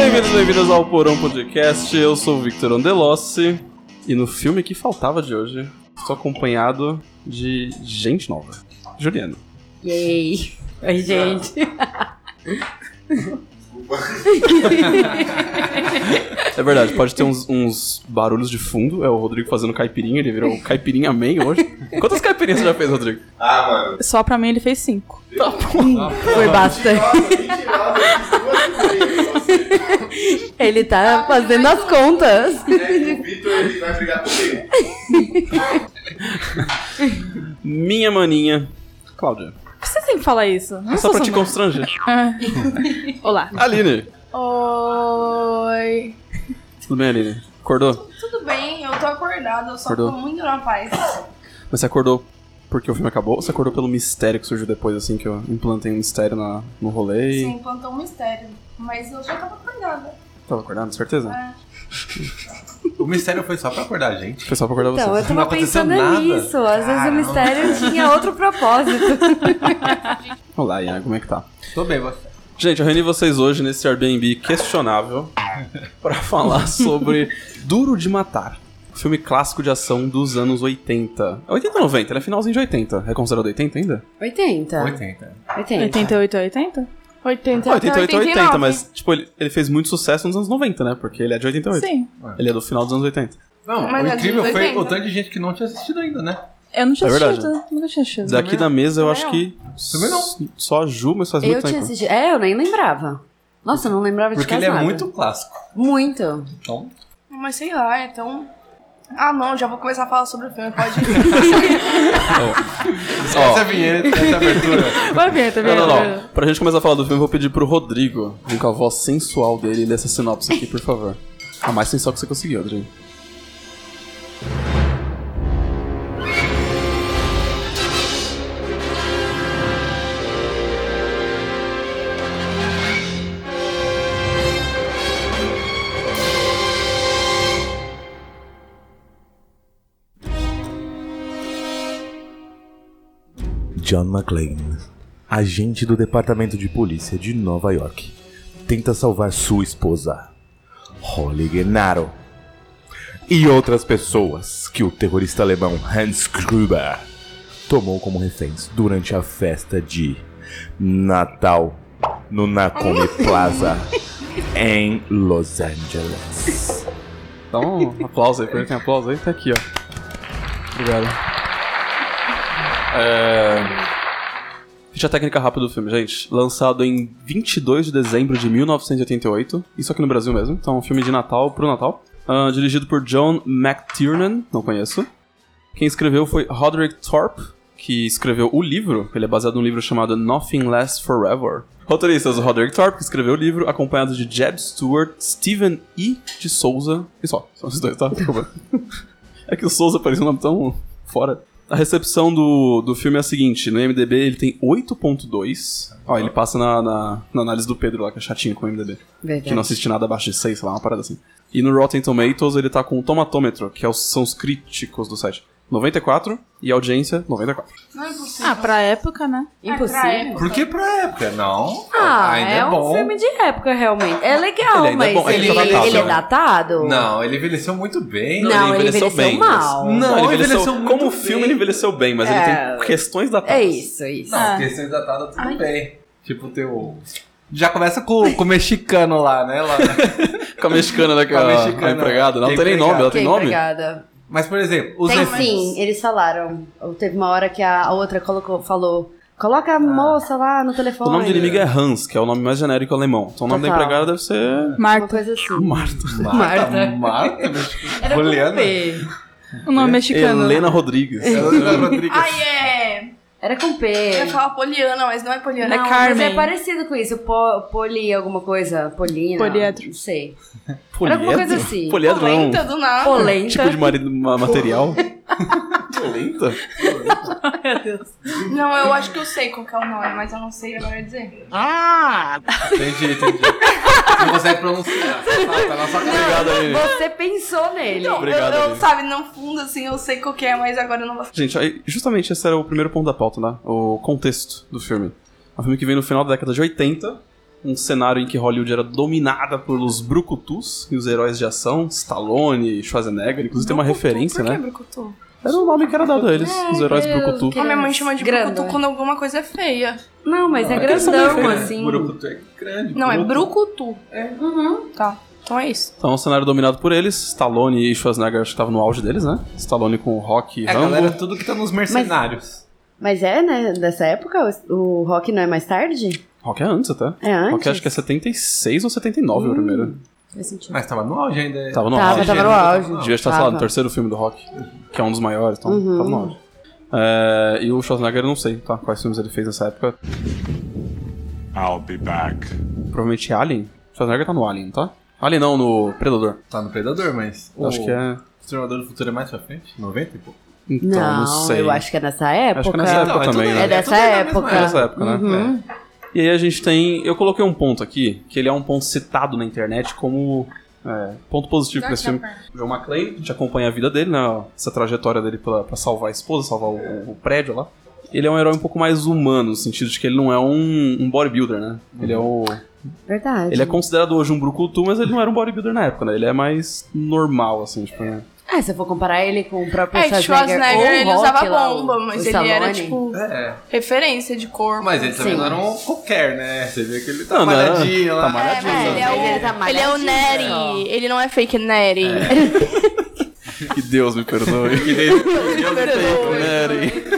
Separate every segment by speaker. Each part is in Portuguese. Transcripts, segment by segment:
Speaker 1: Bem-vindos ao Porão Podcast, eu sou o Victor Andelossi e no filme que faltava de hoje, estou acompanhado de gente nova. Juliana.
Speaker 2: Yay! Oi, gente.
Speaker 1: É verdade, pode ter uns, uns barulhos de fundo, é o Rodrigo fazendo caipirinha, ele virou caipirinha man hoje. Quantas caipirinhas você já fez, Rodrigo?
Speaker 3: Ah, mano.
Speaker 4: É. Só pra mim ele fez cinco.
Speaker 1: Tá bom.
Speaker 4: Foi bastante.
Speaker 3: Nossa, 29, 22,
Speaker 2: Ele tá fazendo as contas.
Speaker 3: né? O Vitor ele vai brigar comigo.
Speaker 1: Minha maninha, Cláudia.
Speaker 4: Você sempre fala isso. Não
Speaker 1: É só
Speaker 4: sou
Speaker 1: pra te
Speaker 4: sua
Speaker 1: constranger.
Speaker 4: mãe. Olá.
Speaker 1: Aline.
Speaker 5: Oi.
Speaker 1: Tudo bem, Aline? Acordou?
Speaker 5: Tudo bem, eu tô acordada, eu só
Speaker 1: Acordou?
Speaker 5: tô muito na paz.
Speaker 1: Mas você acordou porque o filme acabou ou você acordou pelo mistério que surgiu depois, assim, que eu implantei um mistério na, no rolê e...
Speaker 5: Sim, plantou um mistério. Mas eu já tava acordada.
Speaker 1: Tava acordado, certeza?
Speaker 5: É.
Speaker 6: O mistério foi só pra acordar a gente.
Speaker 1: Foi só pra acordar
Speaker 2: Então,
Speaker 1: vocês.
Speaker 2: eu tava
Speaker 6: Não aconteceu
Speaker 2: pensando
Speaker 6: nada.
Speaker 2: nisso. Às vezes o
Speaker 6: Caramba.
Speaker 2: mistério tinha outro propósito.
Speaker 1: Olá, Ian, como é que tá?
Speaker 6: Tô bem, você.
Speaker 1: Gente, eu reuni vocês hoje nesse Airbnb questionável pra falar sobre Duro de Matar. Filme clássico de ação dos anos 80. É 80 ou 90? Ele é finalzinho de 80. É considerado 80 ainda?
Speaker 2: 80.
Speaker 6: 80.
Speaker 2: 80.
Speaker 4: 88, 80?
Speaker 5: 80
Speaker 2: Então,
Speaker 1: Não, 88 80, mas tipo, ele, ele fez muito sucesso nos anos 90, né? Porque ele é de 88.
Speaker 4: Sim.
Speaker 1: Ele é do final dos anos 80.
Speaker 6: Não, o
Speaker 5: Mas é
Speaker 6: incrível
Speaker 5: dos
Speaker 6: foi
Speaker 5: 80.
Speaker 6: o tanto de gente que não tinha assistido ainda, né?
Speaker 4: Eu não tinha
Speaker 1: É verdade.
Speaker 4: assistido. Nunca tinha assistido.
Speaker 2: é
Speaker 1: Daqui da mesa eu acho que.
Speaker 6: Também não.
Speaker 1: s- Só a Ju, mas faz
Speaker 2: Eu
Speaker 1: muito
Speaker 2: tinha
Speaker 1: tempo.
Speaker 2: assistido. É, eu nem lembrava. Nossa, eu não lembrava de
Speaker 6: Porque
Speaker 2: quase
Speaker 6: ele é
Speaker 2: nada.
Speaker 6: muito clássico.
Speaker 2: Muito.
Speaker 6: Então,
Speaker 5: Mas sei lá, então. Ah não, já vou começar a falar sobre o filme, pode
Speaker 6: essa é vinheta, essa abertura.
Speaker 4: Vai ver, tá
Speaker 1: Não,
Speaker 4: vendo?
Speaker 1: não, não. Pra gente começar a falar do filme, eu vou pedir pro Rodrigo, vir com a voz sensual dele, ler essa sinopse aqui, por favor. A mais sensual que você conseguiu, Rodrigo.
Speaker 7: John McLean, agente do Departamento de Polícia de Nova York, tenta salvar sua esposa, Holly Gennaro, e outras pessoas que o terrorista alemão Hans Gruber tomou como reféns durante a festa de Natal no Nakome Plaza, em Los Angeles.
Speaker 1: Dá um aplauso aí pra ele, tem aplauso aí, tá aqui, ó. Obrigado. É... Ficha técnica rápida do filme, gente. Lançado em 22 de dezembro de 1988, isso aqui no Brasil mesmo, então é um filme de Natal pro Natal. Ah, dirigido por John McTiernan, não conheço. Quem escreveu foi Roderick Thorpe, que escreveu o livro. Ele é baseado num livro chamado Nothing Lasts Forever. Roteiristas Roderick Thorpe, que escreveu o livro, acompanhado de Jeb Stewart, Steven E. de Souza. E só, são esses dois, tá? Desculpa. é que o Souza parecia um nome tão fora. A recepção do, do filme é a seguinte: no IMDb ele tem 8,2. Ó, ele passa na, na, na análise do Pedro lá, que é chatinho com o IMDb que não
Speaker 2: Verdade.
Speaker 1: assiste nada abaixo de 6, sei lá, uma parada assim. E no Rotten Tomatoes ele tá com o tomatômetro, que é os- são os críticos do site. 94 e audiência 94.
Speaker 5: Não é possível.
Speaker 4: Ah, pra época, né?
Speaker 5: pra
Speaker 2: Impossível.
Speaker 5: época.
Speaker 6: Por que pra época? Não.
Speaker 2: Ah,
Speaker 6: ainda
Speaker 2: é,
Speaker 6: é,
Speaker 2: um
Speaker 6: bom.
Speaker 2: filme de época, realmente. É legal,
Speaker 1: Ele ainda é
Speaker 2: mas
Speaker 1: bom,
Speaker 2: ele,
Speaker 6: ele é datado,
Speaker 2: ele é
Speaker 6: né?
Speaker 2: datado?
Speaker 6: Não, ele envelheceu muito bem.
Speaker 2: Não, ele envelheceu mal.
Speaker 1: Não,
Speaker 6: Não,
Speaker 1: ele envelheceu,
Speaker 6: envelheceu muito
Speaker 1: como o filme ele
Speaker 6: bem.
Speaker 1: envelheceu bem, mas ele
Speaker 2: É.
Speaker 1: tem questões da
Speaker 2: É isso, é isso.
Speaker 6: Não,
Speaker 4: Ah.
Speaker 6: questões datadas tudo bem. Tipo, teu. Já começa com, com o mexicano lá, né? Lá.
Speaker 1: Com a mexicana, né, que
Speaker 6: Com a
Speaker 1: a, a
Speaker 6: mexicana.
Speaker 1: empregada. Ela não
Speaker 6: Que
Speaker 1: tem nem nome, ela
Speaker 6: empregada.
Speaker 2: Que
Speaker 1: tem nome?
Speaker 2: empregada.
Speaker 6: Mas, por exemplo, os
Speaker 2: Tem
Speaker 6: efeitos-
Speaker 2: sim, eles falaram. Ou Teve uma hora que a outra colocou, falou: coloca a moça lá no telefone.
Speaker 1: O nome do inimigo é Hans, que é o nome mais genérico alemão. Então o nome da
Speaker 2: Total.
Speaker 1: empregada deve ser...
Speaker 2: Uma
Speaker 4: Marta.
Speaker 2: coisa assim.
Speaker 1: Marta.
Speaker 6: Marta.
Speaker 2: Marta.
Speaker 6: Marta, Juliana.
Speaker 4: O nome é mexicano.
Speaker 1: Helena Rodrigues.
Speaker 6: É. Helena Rodrigues.
Speaker 5: Ah, é.
Speaker 2: Era com
Speaker 5: Eu
Speaker 2: P.
Speaker 5: ia falar Poliana, mas não é Poliana,
Speaker 2: Não,
Speaker 5: é
Speaker 2: mas
Speaker 4: Carmen.
Speaker 2: é parecido com isso. Po, poli alguma coisa. Polina.
Speaker 4: Poliedro.
Speaker 2: Não sei. Era
Speaker 1: Poliedro?
Speaker 2: alguma coisa assim.
Speaker 1: Poliedro não é um
Speaker 5: Polenta do nada.
Speaker 2: Polenta.
Speaker 1: tipo de marido, ma- material? Polenta?
Speaker 5: Não, eu acho que eu sei qual que é o nome, mas eu não sei agora dizer.
Speaker 6: Entendi, entendi. Não consegue pronunciar. Tá na sua cara.
Speaker 1: Obrigado, Aline.
Speaker 2: Você pensou nele.
Speaker 5: Não,
Speaker 1: Obrigado,
Speaker 5: eu, eu,
Speaker 1: Aline.
Speaker 5: sabe, não fundo assim, eu sei qual que é, mas agora eu não vou
Speaker 1: Gente, aí, justamente esse era o primeiro ponto da pauta, né? O contexto do filme. É um filme que vem no final da década de 80, um cenário em que Hollywood era dominada pelos brucutus e os heróis de ação, Stallone, Schwarzenegger, inclusive tem uma
Speaker 5: Brucutu,
Speaker 1: referência,
Speaker 5: por É, que
Speaker 1: né?
Speaker 5: Brucutu?
Speaker 1: Era o nome que era dado a eles, os heróis
Speaker 2: aqueles-
Speaker 1: brucutu.
Speaker 5: A minha mãe chama de
Speaker 2: Grandão.
Speaker 5: brucutu quando alguma coisa é feia.
Speaker 2: Não, mas é
Speaker 1: Não, é que eles são
Speaker 2: grandão,
Speaker 1: bem feios,
Speaker 2: assim.
Speaker 6: Brucutu é grande.
Speaker 5: Não, é brucutu.
Speaker 2: Uhum.
Speaker 5: Tá, então é isso.
Speaker 1: Então, um cenário dominado por eles, Stallone e Schwarzenegger acho que estavam no auge deles, né? Stallone com Rock e
Speaker 6: É, a
Speaker 1: Rambo.
Speaker 6: galera, tudo que tá nos mercenários.
Speaker 2: Mas é, né? Dessa época, o- o rock não é mais tarde?
Speaker 1: Rock é antes até.
Speaker 2: É antes?
Speaker 1: Rock acho que é 76 ou
Speaker 5: Hum.
Speaker 1: 79 o primeiro.
Speaker 2: Faz sentido.
Speaker 6: Mas tava no auge ainda. é.
Speaker 1: Tava no
Speaker 2: Tava,
Speaker 1: auge.
Speaker 2: tava no auge.
Speaker 1: Devia estar, sei lá,
Speaker 2: Tava.
Speaker 1: no terceiro filme do Rock, que é um dos maiores, então
Speaker 2: Uhum.
Speaker 1: tava na hora. É, e o Schwarzenegger eu não sei tá, quais filmes ele fez nessa época.
Speaker 8: I'll be back.
Speaker 1: Provavelmente Alien. Schwarzenegger tá no Alien, tá? Alien não, no Predador.
Speaker 6: Tá no Predador, mas.
Speaker 1: Eu Acho que é.
Speaker 6: O Extremador do Futuro é mais pra frente? 90 e pouco.
Speaker 1: Então, não,
Speaker 2: Não,
Speaker 1: sei.
Speaker 2: eu acho que é nessa época.
Speaker 1: Acho que é nessa época
Speaker 6: Então, é tudo
Speaker 1: também,
Speaker 6: aí.
Speaker 1: né?
Speaker 2: É
Speaker 6: É
Speaker 2: dessa
Speaker 6: tudo aí na mesma
Speaker 2: época.
Speaker 1: É dessa época, né?
Speaker 2: Uhum.
Speaker 1: E aí a gente tem. Eu coloquei um ponto aqui, que ele é um ponto citado na internet como é, ponto positivo
Speaker 2: Tipo
Speaker 5: Tá,
Speaker 1: pra esse
Speaker 2: assim,
Speaker 1: filme.
Speaker 2: um
Speaker 1: John McClane, a gente acompanha a vida dele, né? Essa trajetória dele pra, pra salvar a esposa, salvar o, o prédio lá. Ele é um herói um pouco mais humano, no sentido de que ele não é um, um bodybuilder, né? Ele é o.
Speaker 2: Verdade.
Speaker 1: Ele é considerado hoje um brucutu, mas ele não era um bodybuilder na época, né? Ele é mais normal, assim, tipo, né?
Speaker 2: Ah, se eu for comparar ele com o próprio
Speaker 5: É, que
Speaker 2: Schwarzenegger,
Speaker 5: Schwarzenegger
Speaker 2: ou o
Speaker 5: ele
Speaker 2: Rock,
Speaker 5: usava
Speaker 2: lá, o-
Speaker 5: bomba,
Speaker 2: o
Speaker 5: mas ele
Speaker 2: Stallone.
Speaker 5: era, tipo,
Speaker 6: É.
Speaker 5: referência de corpo.
Speaker 6: Mas ele também
Speaker 2: Sim.
Speaker 6: não era um qualquer, né? Você vê que ele tá
Speaker 1: Não, não era-
Speaker 6: malhadinho lá.
Speaker 1: tá
Speaker 5: É, mas
Speaker 1: malhadinho,
Speaker 5: ele é
Speaker 2: né?
Speaker 5: o,
Speaker 2: Ele tá
Speaker 5: ele é o
Speaker 2: malhadinho,
Speaker 5: Neri. Ele não é fake Neri.
Speaker 1: Que Deus me perdoe.
Speaker 6: Que ele- é eu não
Speaker 5: é
Speaker 6: sei.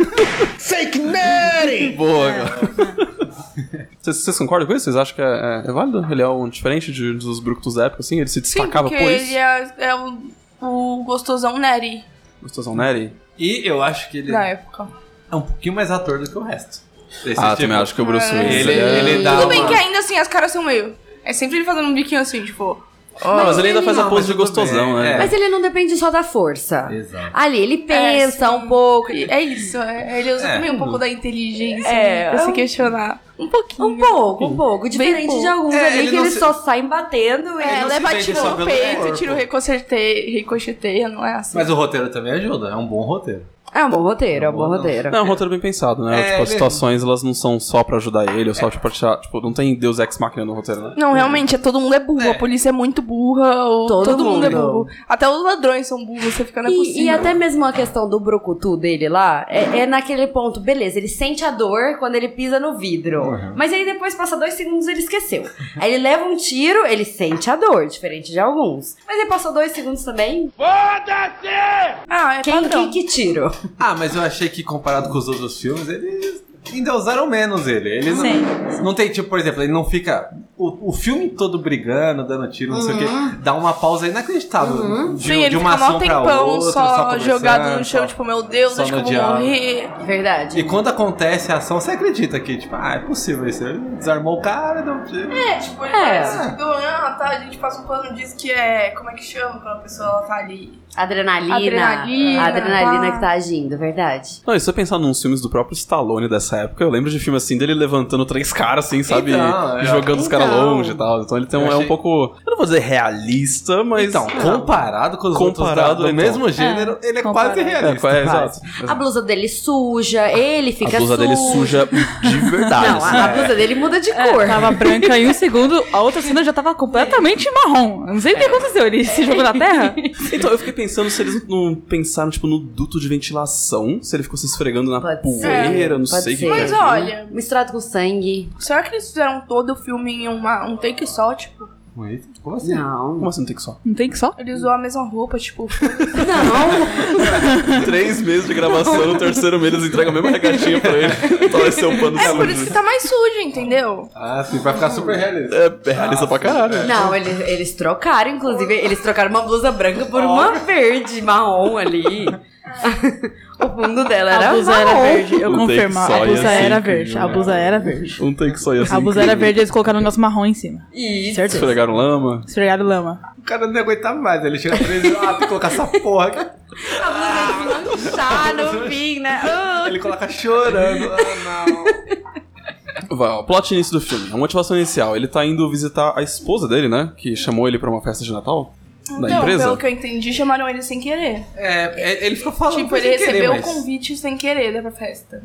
Speaker 3: Fake Neri!
Speaker 1: Boa, cara. Vocês, vocês concordam com isso? Vocês acham que é, é- é válido? Ele é um diferente de- dos brucutus da época, assim? Ele se
Speaker 5: Sim,
Speaker 1: destacava
Speaker 5: porque
Speaker 1: por isso?
Speaker 5: ele é, é o, o gostosão Neri
Speaker 1: Gostosão Neri?
Speaker 6: E eu acho que ele
Speaker 5: da época.
Speaker 6: é um pouquinho mais ator do que o resto. Desse
Speaker 1: Ah,
Speaker 6: tipo.
Speaker 1: também acho que o Bruce Willis.
Speaker 6: Ele,
Speaker 1: é-
Speaker 6: ele dá
Speaker 5: Tudo bem
Speaker 6: uma-
Speaker 5: que ainda assim as caras são meio. É sempre ele fazendo um biquinho assim, tipo.
Speaker 1: Não, mas ele ainda faz a
Speaker 6: não,
Speaker 1: pose
Speaker 6: mas
Speaker 1: de
Speaker 6: tudo
Speaker 1: gostosão,
Speaker 6: bem,
Speaker 1: né?
Speaker 6: é.
Speaker 2: Mas ele não depende só da
Speaker 5: é-
Speaker 2: força.
Speaker 1: É.
Speaker 6: Exato.
Speaker 2: Ali, ele pensa
Speaker 5: sim.
Speaker 2: um pouco. e-
Speaker 5: É isso, é, ele usa
Speaker 6: É.
Speaker 5: também um pouco da inteligência
Speaker 2: É,
Speaker 5: é, pra
Speaker 2: é um-
Speaker 5: se questionar. Um pouquinho.
Speaker 2: Um pouco, um pouco. Diferente
Speaker 5: pouco.
Speaker 2: de alguns
Speaker 6: É,
Speaker 2: ali
Speaker 6: ele
Speaker 2: que
Speaker 6: não
Speaker 2: eles
Speaker 6: se-
Speaker 2: só saem batendo.
Speaker 5: É,
Speaker 2: e...
Speaker 6: não se
Speaker 5: leva
Speaker 6: vende
Speaker 5: tiro
Speaker 6: só
Speaker 5: no
Speaker 6: pelo
Speaker 5: peito,
Speaker 6: corpo.
Speaker 5: tiro reconcertei- ricocheteia, não é assim.
Speaker 6: Mas o roteiro também ajuda, é um bom roteiro.
Speaker 2: É um bom roteiro, é um bom roteiro.
Speaker 1: Não, é um roteiro bem pensado, né?
Speaker 6: É,
Speaker 1: tipo, as
Speaker 6: ele-
Speaker 1: situações elas não são só pra ajudar ele, ou só tipo, pra tirar. Tipo, não tem Deus Ex Machina no roteiro, né?
Speaker 5: Não, realmente, é, todo mundo é burro.
Speaker 6: É.
Speaker 5: A polícia é muito burra. o-
Speaker 2: Todo
Speaker 5: todo mundo. é
Speaker 2: mundo.
Speaker 5: burro. Até os ladrões são burros, você fica na
Speaker 2: E, e até mesmo a questão do brucutu dele lá, é, é naquele ponto, beleza, ele sente a dor quando ele pisa no vidro. Mas aí depois passa dois segundos ele esqueceu. Aí ele leva um tiro, ele sente a dor, diferente de alguns. Mas ele passou dois segundos também.
Speaker 5: Ah, é
Speaker 2: Quem,
Speaker 5: padrão.
Speaker 2: quem que tiro?
Speaker 6: Ah, mas eu achei que comparado com os outros filmes, eles ainda usaram menos ele. Ele não, não tem, tipo, por exemplo, ele não fica o, o filme todo brigando, dando tiro, não sei o quê. Dá uma pausa inacreditável. De,
Speaker 5: Uhum. Sim, ele
Speaker 6: de uma
Speaker 5: fica mó
Speaker 6: ação pra
Speaker 5: tempão
Speaker 6: outra,
Speaker 5: só,
Speaker 6: conversando,
Speaker 5: jogado no chão,
Speaker 6: só-
Speaker 5: tipo, meu Deus,
Speaker 6: só
Speaker 5: acho que
Speaker 6: no
Speaker 5: eu vou
Speaker 6: diálogo.
Speaker 5: morrer.
Speaker 2: Verdade.
Speaker 6: E quando acontece a ação, você acredita que, tipo, ah, é possível isso. Ele desarmou o cara, deu um tiro.
Speaker 5: É, tipo, ele
Speaker 2: É.
Speaker 5: parece que, ah, tá, a gente passa um plano disso que é, como é que chama quando a pessoa ela tá ali.
Speaker 2: Adrenalina.
Speaker 5: Adrenalina,
Speaker 2: A adrenalina
Speaker 5: tá.
Speaker 2: que tá agindo, verdade.
Speaker 1: Não, e se você pensar nos filmes do próprio Stallone dessa época, eu lembro de filme assim dele levantando três caras, assim, sabe?
Speaker 6: Então,
Speaker 1: e
Speaker 6: é.
Speaker 1: jogando os caras
Speaker 2: Então.
Speaker 1: longe e tal. Então ele tem um, é um
Speaker 6: achei-
Speaker 1: pouco. Eu não vou dizer realista, mas.
Speaker 6: Então, comparado com os
Speaker 1: Comparado,
Speaker 6: outros da- do
Speaker 1: então.
Speaker 6: mesmo gênero, ele é
Speaker 4: comparado.
Speaker 6: quase
Speaker 1: é,
Speaker 6: realista. Ah,
Speaker 1: qual é,
Speaker 6: quase.
Speaker 1: exato.
Speaker 2: A blusa dele suja, ele fica
Speaker 1: A blusa dele suja de verdade.
Speaker 2: Não,
Speaker 1: assim.
Speaker 2: a, a blusa dele muda de
Speaker 4: É,
Speaker 2: cor.
Speaker 4: tava branca em um segundo, a outra cena já tava completamente marrom. Eu Não sei o que
Speaker 1: É.
Speaker 4: aconteceu, ele se jogou na terra?
Speaker 1: Então, eu fiquei pensando se eles não pensaram, tipo, no duto de ventilação, se ele ficou se esfregando na
Speaker 2: Pode
Speaker 1: poeira, não
Speaker 2: Pode
Speaker 1: sei o que.
Speaker 2: ser.
Speaker 1: que é
Speaker 5: Mas
Speaker 1: aquilo.
Speaker 5: olha,
Speaker 2: Misturado com sangue.
Speaker 5: será que eles fizeram todo o filme em uma, um take só, tipo?
Speaker 6: Eita, Como assim?
Speaker 2: Não.
Speaker 1: Como assim não tem que só?
Speaker 4: Não tem que só?
Speaker 5: Ele usou a mesma roupa, tipo,
Speaker 2: Não.
Speaker 1: Três meses de gravação, no terceiro mês eles entregam a mesma regatinha pra ele. Então esse é um pano
Speaker 5: é por isso que tá mais sujo, entendeu?
Speaker 6: Ah, sim, vai ficar super realista.
Speaker 1: É, é realista pra caralho.
Speaker 2: Não, eles, eles trocaram, inclusive. Eles trocaram uma blusa branca por uma verde, marrom ali. o fundo dela era
Speaker 4: a blusa
Speaker 2: marrom.
Speaker 4: era verde, eu
Speaker 1: Não tem que
Speaker 4: confirmo.
Speaker 1: só,
Speaker 4: A
Speaker 1: ia
Speaker 4: blusa
Speaker 1: ser
Speaker 4: era
Speaker 1: incrível,
Speaker 4: verde, a
Speaker 1: né?
Speaker 4: blusa era verde.
Speaker 1: Um take só ia ser
Speaker 4: A blusa era
Speaker 5: é
Speaker 1: incrível.
Speaker 4: verde, eles colocaram um negócio marrom em cima.
Speaker 2: Isso.
Speaker 4: Certeza.
Speaker 1: Esfregaram lama.
Speaker 4: Esfregaram lama.
Speaker 6: O cara não aguentava mais, ele chega três e ah, tem que colocar essa porra aqui.
Speaker 2: A blusa desmanchar no fim, né? Ah,
Speaker 6: Ele coloca chorando. Ah, não.
Speaker 1: Vai, ó, plot início do filme. A motivação inicial. Ele tá indo visitar a esposa dele, né? Que chamou ele pra uma festa de Natal. da
Speaker 5: Então,
Speaker 1: empresa?
Speaker 5: pelo que eu entendi, chamaram ele sem querer.
Speaker 6: É, é, ele ficou falando
Speaker 5: tipo,
Speaker 6: foi
Speaker 5: ele
Speaker 6: sem querer,
Speaker 5: recebeu
Speaker 6: mas-
Speaker 5: o convite sem querer da festa.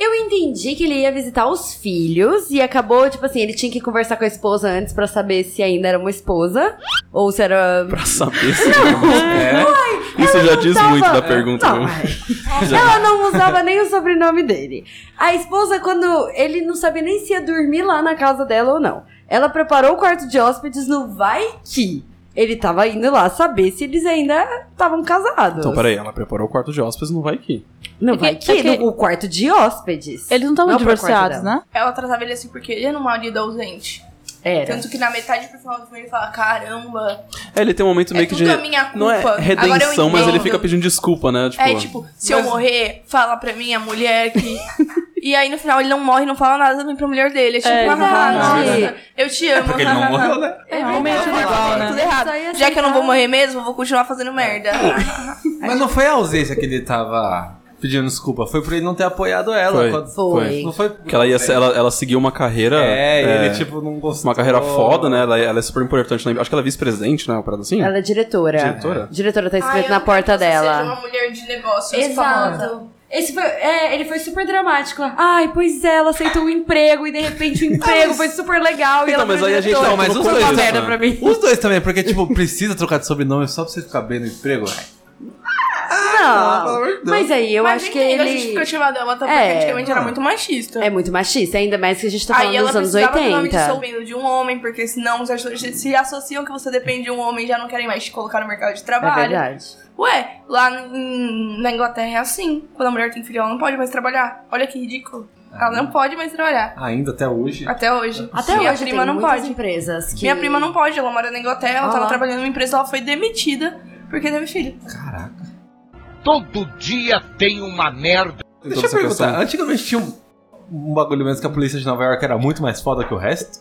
Speaker 2: Eu entendi que ele ia visitar os filhos e acabou, tipo assim, ele tinha que conversar com a esposa antes pra saber se ainda era uma esposa ou se era.
Speaker 1: Pra saber se. É. Isso já
Speaker 2: não
Speaker 1: diz
Speaker 2: tava-
Speaker 1: muito da pergunta,
Speaker 2: Não,
Speaker 1: viu?
Speaker 2: Ela não usava nem o sobrenome dele. A esposa, quando ele não sabia nem se ia dormir lá na casa dela ou não, ela preparou o quarto de hóspedes no vai que ele tava indo lá saber se eles ainda estavam casados.
Speaker 1: Então, peraí, ela preparou o quarto de hóspedes não vai aqui.
Speaker 2: Não
Speaker 4: É
Speaker 2: vai
Speaker 4: que-
Speaker 2: que,
Speaker 4: é que-
Speaker 2: no- o quarto de hóspedes.
Speaker 4: Eles não
Speaker 2: Não
Speaker 4: estavam
Speaker 2: pro quarto
Speaker 4: divorciados,
Speaker 2: dela.
Speaker 4: né?
Speaker 5: Ela tratava ele assim porque ele era um marido ausente.
Speaker 2: Era.
Speaker 5: Tanto que na metade pro final do filme ele fala: caramba,
Speaker 1: É, ele tem um momento
Speaker 5: É
Speaker 1: meio que de.
Speaker 5: tudo a minha culpa.
Speaker 1: Não é
Speaker 5: Agora eu
Speaker 1: redenção, mas ele
Speaker 5: entendo.
Speaker 1: fica pedindo desculpa, né? Tipo,
Speaker 5: é tipo, se eu
Speaker 6: mas-
Speaker 5: morrer, fala pra minha mulher que. e aí no final ele não morre, não fala nada também pra mulher dele. É tipo,
Speaker 4: É,
Speaker 5: ah,
Speaker 2: verdade.
Speaker 5: nossa, eu te amo.
Speaker 6: é Porque ele não morreu, né?
Speaker 2: É
Speaker 4: Realmente
Speaker 2: verdade.
Speaker 4: é legal, né?
Speaker 5: Tudo errado.
Speaker 2: Só ia
Speaker 5: Já que eu não vou
Speaker 2: aceitar.
Speaker 5: morrer mesmo, eu vou continuar fazendo merda.
Speaker 2: Tá
Speaker 6: Mas não foi a ausência que ele tava pedindo desculpa, foi por ele não ter apoiado ela.
Speaker 1: Foi.
Speaker 6: Quando-
Speaker 2: Foi.
Speaker 6: Não foi
Speaker 1: Que ela, ia, ser- ela, ela seguiu uma carreira.
Speaker 6: É, e ele tipo não gostou.
Speaker 1: Uma carreira foda, né? Ela, ela é super importante. Né? Acho que ela é vice-presidente, né? Uma parada assim?
Speaker 2: Ela é diretora.
Speaker 1: Diretora?
Speaker 2: Diretora tá
Speaker 5: Ah, eu
Speaker 2: escrito na
Speaker 5: não
Speaker 2: porta
Speaker 5: quero que você
Speaker 2: dela.
Speaker 5: Seja uma mulher de negócios famosa.
Speaker 2: Exato. Esse foi, é, ele foi super dramático. Ai, pois é, ela aceitou um emprego e de repente o emprego foi super legal. e
Speaker 1: Então,
Speaker 2: ela
Speaker 1: mas
Speaker 2: foi
Speaker 1: aí a gente
Speaker 6: tá
Speaker 2: diretora.
Speaker 1: não, mas os
Speaker 2: Foi uma
Speaker 1: dois,
Speaker 2: merda
Speaker 1: né?
Speaker 2: pra mim.
Speaker 6: Os dois também, porque, tipo, precisa trocar de sobrenome só pra você ficar bem no emprego.
Speaker 2: Não, Ah, mas aí eu
Speaker 5: Mas
Speaker 2: acho que
Speaker 5: entendo A
Speaker 2: ele
Speaker 5: justificativa dela tá porque
Speaker 2: É.
Speaker 5: antigamente era muito machista.
Speaker 2: é muito machista, ainda mais que a gente tá falando
Speaker 5: Aí ela
Speaker 2: dos anos
Speaker 5: precisava ter o nome de
Speaker 2: 80.
Speaker 5: sobrino de um homem, porque senão os associadores se associam que você depende de um homem e já não querem mais te colocar no mercado de
Speaker 2: É
Speaker 5: trabalho.
Speaker 2: verdade.
Speaker 5: Ué, lá em- na Inglaterra é assim. Quando a mulher tem filho, ela não pode mais trabalhar. Olha que ridículo. Ela
Speaker 1: Ah.
Speaker 5: não pode mais trabalhar.
Speaker 6: Ainda até hoje.
Speaker 5: Até hoje.
Speaker 2: Até
Speaker 5: Minha
Speaker 2: hoje
Speaker 5: prima
Speaker 2: tem
Speaker 5: não
Speaker 2: muitas
Speaker 5: pode.
Speaker 2: empresas que
Speaker 5: Minha prima não pode, ela mora na Inglaterra, ela
Speaker 2: Ah
Speaker 5: tava
Speaker 2: lá.
Speaker 5: trabalhando numa empresa, ela foi demitida porque teve filho.
Speaker 3: Todo dia tem uma merda.
Speaker 6: Deixa eu
Speaker 1: essa
Speaker 6: perguntar,
Speaker 1: questão.
Speaker 6: antigamente tinha um, um bagulho mesmo que a polícia de Nova York era muito mais foda que o resto?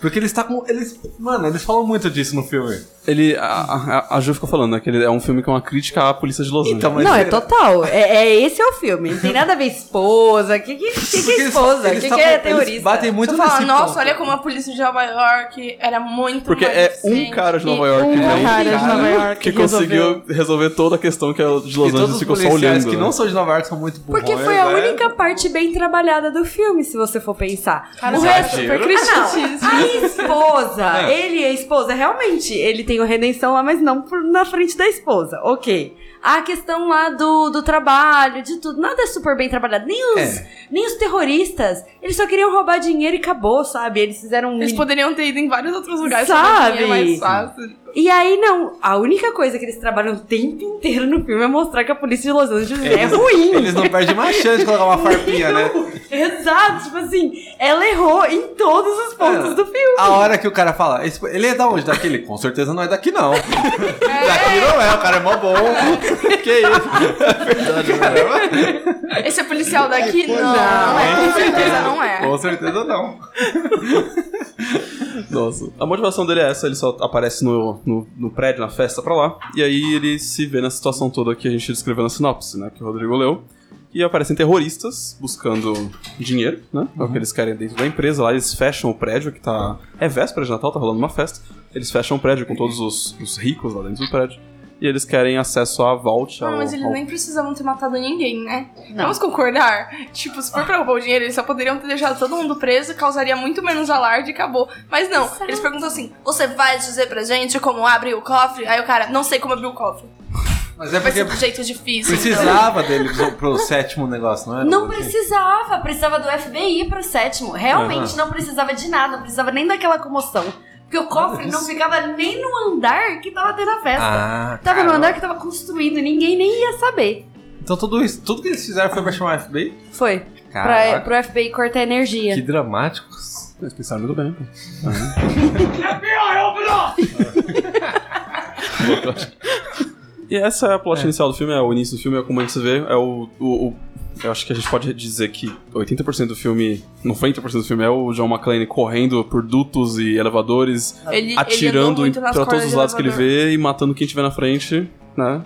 Speaker 6: Porque eles tá com. Eles, mano, eles falam muito disso no filme.
Speaker 1: Ele. A, a, a Ju ficou falando, né? Que ele é um filme que é uma crítica à polícia de Los Angeles.
Speaker 6: Então, mas
Speaker 2: não, é
Speaker 6: era-
Speaker 2: total. É, é- esse é o filme. Não tem nada a ver esposa. Que que, que, que
Speaker 6: porque
Speaker 2: é
Speaker 6: eles-
Speaker 2: esposa?
Speaker 6: eles
Speaker 2: que,
Speaker 6: tavam-
Speaker 2: que é
Speaker 6: Eles
Speaker 2: terrorista?
Speaker 6: batem muito
Speaker 5: Tu
Speaker 6: nesse
Speaker 5: fala, nossa,
Speaker 6: ponto.
Speaker 5: olha como a polícia de Nova York era muito
Speaker 1: Porque
Speaker 5: mais
Speaker 1: é um
Speaker 5: eficiente.
Speaker 1: cara de Nova
Speaker 5: E-
Speaker 1: York
Speaker 4: um
Speaker 1: né?
Speaker 4: cara de
Speaker 1: cara
Speaker 4: Nova York
Speaker 1: que
Speaker 4: que resolveu.
Speaker 1: conseguiu resolver toda a questão que a de
Speaker 6: E
Speaker 1: Los
Speaker 6: todos
Speaker 1: Angeles
Speaker 6: os
Speaker 1: ficou só
Speaker 6: policiais
Speaker 1: olhando.
Speaker 6: que
Speaker 1: né?
Speaker 6: não são de Nova York são muito burrões.
Speaker 2: Porque foi a
Speaker 6: né?
Speaker 2: única parte bem trabalhada do filme, se você for pensar.
Speaker 5: Cara,
Speaker 2: o
Speaker 5: você é
Speaker 2: resto
Speaker 5: super
Speaker 2: Ah, não. A esposa,
Speaker 6: É.
Speaker 2: ele e a esposa, realmente, ele tem o redenção lá, mas não por- na frente da esposa, ok. A questão lá do, do trabalho, de tudo, nada é super bem trabalhado. Nem os,
Speaker 6: É.
Speaker 2: nem os terroristas, eles só queriam roubar dinheiro e acabou, sabe? Eles fizeram um.
Speaker 5: Eles poderiam ter ido em vários outros lugares
Speaker 2: Sabe?
Speaker 5: Sabe? mais fácil.
Speaker 2: E aí, não, a única coisa que eles trabalham o tempo inteiro no filme é mostrar que a polícia de Los Angeles é
Speaker 6: Eles-
Speaker 2: ruim.
Speaker 6: Eles não perdem uma chance de colocar uma farpinha, né?
Speaker 2: Exato, tipo assim, ela errou em todos os pontos
Speaker 6: É.
Speaker 2: do filme.
Speaker 6: A hora que o cara fala, "Esse- ele é da onde? Daquele? Com certeza não é daqui, não. Daqui não é, o cara é mó bom. que isso?
Speaker 5: Esse é policial daqui? Não, é, com certeza não é.
Speaker 6: Com certeza não.
Speaker 1: Nossa. A motivação dele é essa, ele só aparece no, no, no prédio, na festa pra lá. E aí ele se vê na situação toda que a gente descreveu na sinopse, né? Que o Rodrigo leu. E aparecem terroristas buscando dinheiro, né? É o que eles querem dentro da empresa. Lá eles fecham o prédio que tá. É véspera de Natal, tá rolando uma festa. Eles fecham o prédio com todos os, os ricos lá dentro do prédio. E eles querem acesso à vault.
Speaker 5: Não,
Speaker 1: ao-
Speaker 5: Ah, mas eles
Speaker 1: ao-
Speaker 5: nem precisavam ter matado ninguém, né?
Speaker 2: Não.
Speaker 5: Vamos concordar? Tipo, se for pra roubar o dinheiro, eles só poderiam ter deixado todo mundo preso, causaria muito menos alarde e acabou. Mas não,
Speaker 2: é um
Speaker 5: eles perguntam assim: você vai dizer pra gente como abre o cofre? Aí o cara, não sei como abrir o cofre.
Speaker 6: Mas é
Speaker 5: Vai
Speaker 6: porque
Speaker 5: ser de jeito difícil. então."
Speaker 6: precisava dele pro, pro sétimo negócio, não era?
Speaker 2: Não precisava, precisava do FBI pro sétimo. Realmente não precisava de nada, não precisava nem daquela comoção. Porque o cofre não ficava nem no andar que tava tendo a festa.
Speaker 6: Ah,
Speaker 2: tava no
Speaker 6: caramba.
Speaker 2: tá andar que tava construindo, ninguém nem ia saber.
Speaker 6: Então tudo isso, tudo que eles fizeram foi pra chamar o FBI?
Speaker 2: Foi. Pra,
Speaker 6: Caraca.
Speaker 2: pro FBI cortar energia.
Speaker 6: Que dramático.
Speaker 1: Eles pensaram muito bem. E essa é a plot inicial do filme, é o início do filme, é como a gente vê, é o, o- o- Eu acho que a gente pode dizer que 80% do filme, 90% do filme é o John McClane correndo por dutos e elevadores,
Speaker 5: então. Ele- ele andou
Speaker 1: atirando
Speaker 5: muito nas
Speaker 1: pra
Speaker 5: cordas
Speaker 1: todos os
Speaker 5: de
Speaker 1: lados que ele
Speaker 5: elevador.
Speaker 1: vê e matando quem tiver na frente, né?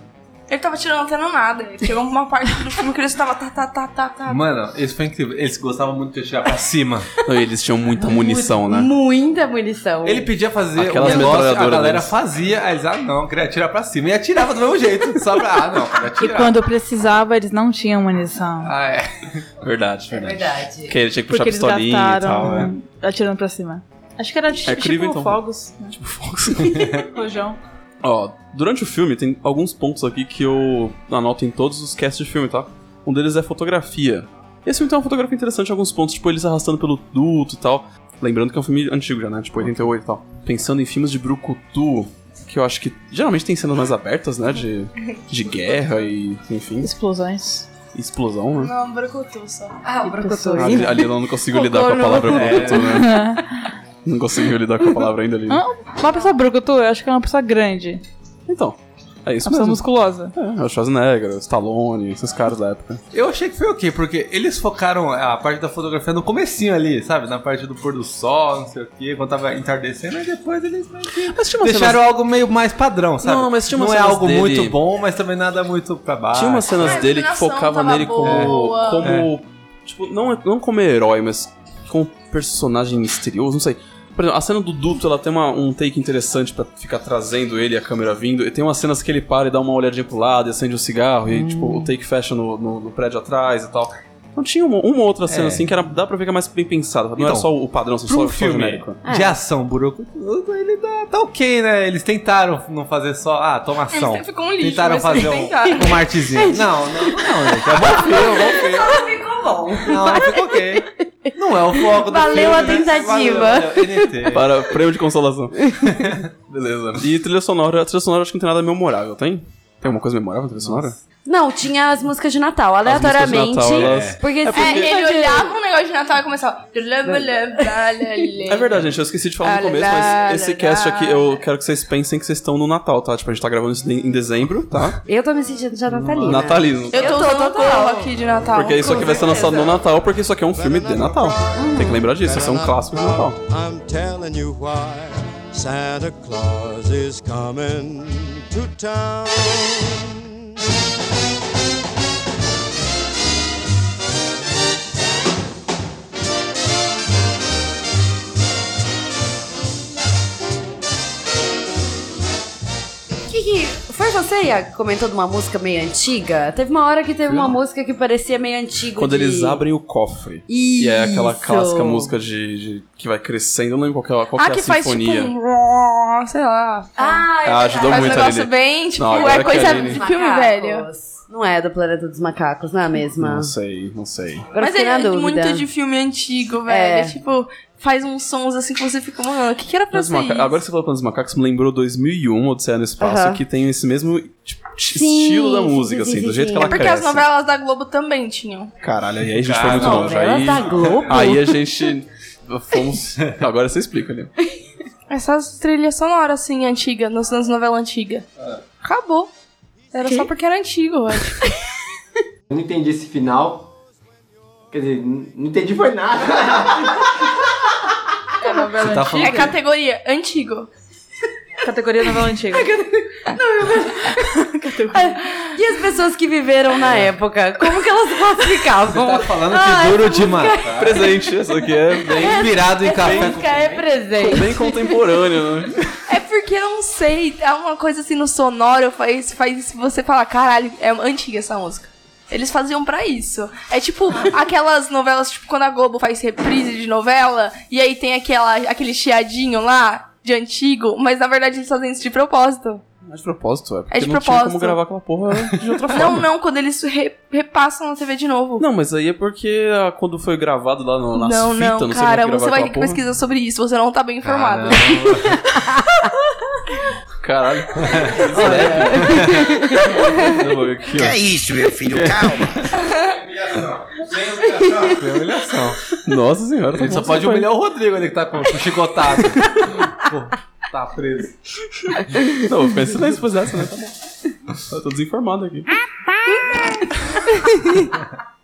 Speaker 5: Ele tava tirando até no nada. Chegou uma parte do filme que ele estava tá, tá, tá, tá,
Speaker 2: Ah.
Speaker 5: tá.
Speaker 6: Mano, isso foi incrível. Eles gostavam muito de atirar pra cima.
Speaker 1: Não, e eles tinham muita munição, né?
Speaker 2: Muita munição.
Speaker 6: Ele pedia fazer
Speaker 1: Aquelas
Speaker 6: um negócio, a
Speaker 1: metralhadoras
Speaker 6: galera
Speaker 1: deles.
Speaker 6: fazia, aí eles, ah não, queria atirar pra cima. E atirava do mesmo jeito, só pra, ah não, queria
Speaker 4: E
Speaker 6: atirar.
Speaker 4: quando precisava, eles não tinham munição.
Speaker 6: Ah, é.
Speaker 1: Verdade, verdade.
Speaker 2: Verdade.
Speaker 1: Porque ele tinha que puxar
Speaker 4: porque
Speaker 1: a
Speaker 4: eles
Speaker 1: pistolinha e tal, né?
Speaker 4: gastaram atirando pra cima. Acho que era de
Speaker 1: É
Speaker 4: tipo
Speaker 1: incrível, então.
Speaker 4: fogos, né?
Speaker 1: Tipo, Fox.
Speaker 4: rojão.
Speaker 1: Ó, durante o filme tem alguns pontos aqui que eu anoto em todos os casts de filme, tá? Um deles é fotografia. Esse filme tem uma fotografia interessante em alguns pontos, tipo eles arrastando pelo duto e tal. Lembrando que é um filme antigo já, né? Tipo 88 e tal. Pensando em filmes de Brucutu, que eu acho que geralmente tem cenas mais abertas, né? De, de guerra e, enfim,
Speaker 4: Explosões.
Speaker 1: explosão, né?
Speaker 5: Não, Brucutu só.
Speaker 2: Ah, o Brocotu.
Speaker 4: Pessoas.
Speaker 1: Ali, ali eu não consigo lidar com a palavra Brucutu, né? Não consigo lidar com a palavra ainda ali.
Speaker 4: Ah. É. Uma pessoa brucutu, eu acho que é uma pessoa grande.
Speaker 1: Então, é
Speaker 4: Uma
Speaker 1: isso
Speaker 4: pessoa
Speaker 1: mesmo.
Speaker 4: musculosa.
Speaker 1: É, é o Schwarzenegger, o Stallone, esses caras da época.
Speaker 6: Eu achei que foi ok, porque eles focaram a parte da fotografia no comecinho ali, sabe? Na parte do pôr do sol, não sei o quê, quando tava entardecendo, e depois eles meio que
Speaker 1: Mas tinha
Speaker 6: deixaram algo meio mais padrão, sabe?
Speaker 1: Não, mas tinha umas
Speaker 6: Não é
Speaker 1: cenas
Speaker 6: algo
Speaker 1: dele-
Speaker 6: muito bom, mas também nada muito pra baixo.
Speaker 1: Tinha umas cenas
Speaker 5: Ah, a
Speaker 1: dele que
Speaker 5: iluminação
Speaker 1: focavam
Speaker 5: tava
Speaker 1: nele como.
Speaker 5: boa.
Speaker 1: como.
Speaker 6: É.
Speaker 1: Tipo, não, não como herói, mas como personagem misterioso, não sei. Por exemplo, a cena do duto, ela tem uma- um take interessante pra ficar trazendo ele e a câmera vindo. E tem umas cenas que ele para e dá uma olhadinha pro lado e acende um cigarro. E, tipo,
Speaker 6: Hum.
Speaker 1: o take fecha no, no- no prédio atrás e tal. Então tinha uma, uma outra cena,
Speaker 6: É.
Speaker 1: assim, que era, dá pra ver que é mais bem pensada. Não era
Speaker 6: Então,
Speaker 1: só o padrão, assim,
Speaker 6: Pra
Speaker 1: só,
Speaker 6: um
Speaker 1: só
Speaker 6: filme
Speaker 1: genérico.
Speaker 6: de ação, buraco, ele dá, tá ok, né? Eles tentaram não fazer só, ah, toma
Speaker 5: Eles
Speaker 6: ação.
Speaker 5: ficam um lixo.
Speaker 6: Tentaram
Speaker 5: mas eles
Speaker 6: fazer um,
Speaker 5: tentaram.
Speaker 6: uma
Speaker 2: É,
Speaker 6: artezinha. Não, não, não, gente, é bom filme, é bom filme.
Speaker 2: Ficou Então, bom.
Speaker 6: Não, ficou ok. Não é o foco do
Speaker 2: Valeu
Speaker 6: filme,
Speaker 2: a
Speaker 6: né?
Speaker 2: tentativa.
Speaker 6: Valeu, NT.
Speaker 1: Para prêmio de consolação. Beleza. E trilha sonora, a trilha sonora acho que não tem nada memorável, tem? Tem alguma coisa memorável na trilha sonora?
Speaker 2: Não, tinha as músicas de Natal,
Speaker 1: músicas de
Speaker 2: aleatoriamente.
Speaker 1: Natal, né? elas-
Speaker 2: Porque é,
Speaker 5: É, ele olhava um negócio de Natal e começava. É
Speaker 1: Né? É verdade, gente, eu esqueci de falar no
Speaker 5: Ah,
Speaker 1: começo,
Speaker 5: lá,
Speaker 1: mas
Speaker 5: lá,
Speaker 1: esse
Speaker 5: lá.
Speaker 1: cast aqui, eu quero que vocês pensem que vocês estão no Natal, tá? Tipo, a gente tá gravando isso de- em dezembro, tá?
Speaker 2: Eu tô me sentindo já
Speaker 1: Hum,
Speaker 2: natalina.
Speaker 1: Natalino.
Speaker 5: né? Eu tô
Speaker 2: Eu tô
Speaker 5: usando a
Speaker 2: total.
Speaker 5: coroa aqui de Natal.
Speaker 1: Porque isso aqui vai ser lançado no Natal, porque isso aqui é um filme de Natal. Tem que lembrar disso, isso é um clássico de Natal.
Speaker 9: I'm telling you why Santa Claus is coming to town.
Speaker 2: Que que- Foi você, Ia, que comentou de uma música meio antiga? Teve uma hora que teve uma música que parecia meio antiga.
Speaker 1: Quando
Speaker 2: de-
Speaker 1: eles abrem o cofre.
Speaker 2: Isso.
Speaker 1: E é aquela clássica música de, de- que vai crescendo, eu não lembro qual que é, qual
Speaker 5: Ah,
Speaker 1: que é
Speaker 5: que
Speaker 1: a
Speaker 5: faz tipo
Speaker 1: sinfonia.
Speaker 5: um... Sei lá.
Speaker 2: Ah,
Speaker 1: Ah, ajudou
Speaker 5: Faz um
Speaker 1: muito
Speaker 5: negócio
Speaker 1: ali.
Speaker 5: bem, tipo,
Speaker 1: Não, agora
Speaker 5: é
Speaker 1: que
Speaker 5: coisa
Speaker 1: a Aline-
Speaker 5: de filme velho.
Speaker 2: Não é do Planeta dos Macacos, não é a mesma?
Speaker 1: Não sei, não sei.
Speaker 2: Agora
Speaker 5: Mas
Speaker 2: fiquei
Speaker 5: ele
Speaker 2: na
Speaker 5: é
Speaker 2: dúvida.
Speaker 5: muito de filme antigo, velho.
Speaker 2: É.
Speaker 5: Tipo, faz uns sons assim que você fica, mano, o que, que era pra
Speaker 1: Mas
Speaker 5: ser
Speaker 1: maca-
Speaker 5: isso?
Speaker 1: Agora que você falou dos macacos, me lembrou 2001, Odisseia no Espaço,
Speaker 2: Aham.
Speaker 1: que tem esse mesmo tipo, t-
Speaker 2: Sim,
Speaker 1: estilo da
Speaker 2: sim,
Speaker 1: música,
Speaker 2: sim,
Speaker 1: assim,
Speaker 2: sim,
Speaker 1: do jeito
Speaker 2: sim.
Speaker 1: que ela
Speaker 5: É porque
Speaker 1: cresce.
Speaker 5: as novelas da Globo também tinham.
Speaker 1: Caralho, aí a gente foi
Speaker 6: Caralho.
Speaker 1: muito longe.
Speaker 2: Novelas
Speaker 1: Aí,
Speaker 2: da Globo?
Speaker 1: aí a gente fomos... Agora você explica, né?
Speaker 5: Essas trilhas sonoras, assim, antigas, nas, nas novelas antigas.
Speaker 1: É.
Speaker 5: Acabou. Era só porque era antigo, é. eu acho.
Speaker 10: Eu não entendi esse final. Quer dizer, n- não entendi foi nada.
Speaker 4: É novela
Speaker 6: tá falando-
Speaker 5: É categoria antigo.
Speaker 4: Categoria novela antiga.
Speaker 2: E as pessoas que viveram na época? Como que elas se classificavam?
Speaker 6: Tá falando
Speaker 2: Ah,
Speaker 6: que duro de matar.
Speaker 1: Presente, essa aqui é bem,
Speaker 6: Bem inspirado em
Speaker 2: Essa
Speaker 6: café.
Speaker 2: música é presente.
Speaker 1: bem contemporâneo, né?
Speaker 5: É porque eu não sei, é uma coisa assim no sonoro, faz, faz você falar, caralho, é antiga essa música. Eles faziam pra isso. É tipo aquelas novelas, tipo quando a Globo faz reprise de novela, e aí tem aquela, aquele chiadinho lá de antigo, mas na verdade eles fazem isso de propósito.
Speaker 1: Mas de propósito, é. Porque
Speaker 5: É de
Speaker 1: não tinha como
Speaker 5: propósito.
Speaker 1: gravar aquela porra de outra forma.
Speaker 5: Não, não, quando eles re- repassam na TV de novo.
Speaker 1: Não, mas aí é porque ah, quando foi gravado lá no, nas
Speaker 5: não,
Speaker 1: fitas,
Speaker 5: não,
Speaker 1: não sei
Speaker 5: cara,
Speaker 1: como é
Speaker 5: você
Speaker 1: gravar
Speaker 5: vai
Speaker 1: aquela
Speaker 5: ter que
Speaker 1: porra.
Speaker 5: pesquisar sobre isso, você não tá bem informado.
Speaker 1: Caralho. Sério? Eu vou ver aqui, ó.
Speaker 3: isso, meu filho? Calma.
Speaker 6: É humilhação.
Speaker 1: Nossa senhora, tá
Speaker 6: Ele só
Speaker 1: bom,
Speaker 6: pode
Speaker 1: você
Speaker 6: humilhar o Rodrigo ali que tá com, com chicotado. Pô, tá preso.
Speaker 1: foi. Não, vou ficar em silêncio depois dessa, né? Tá bom. Eu tô desinformado aqui.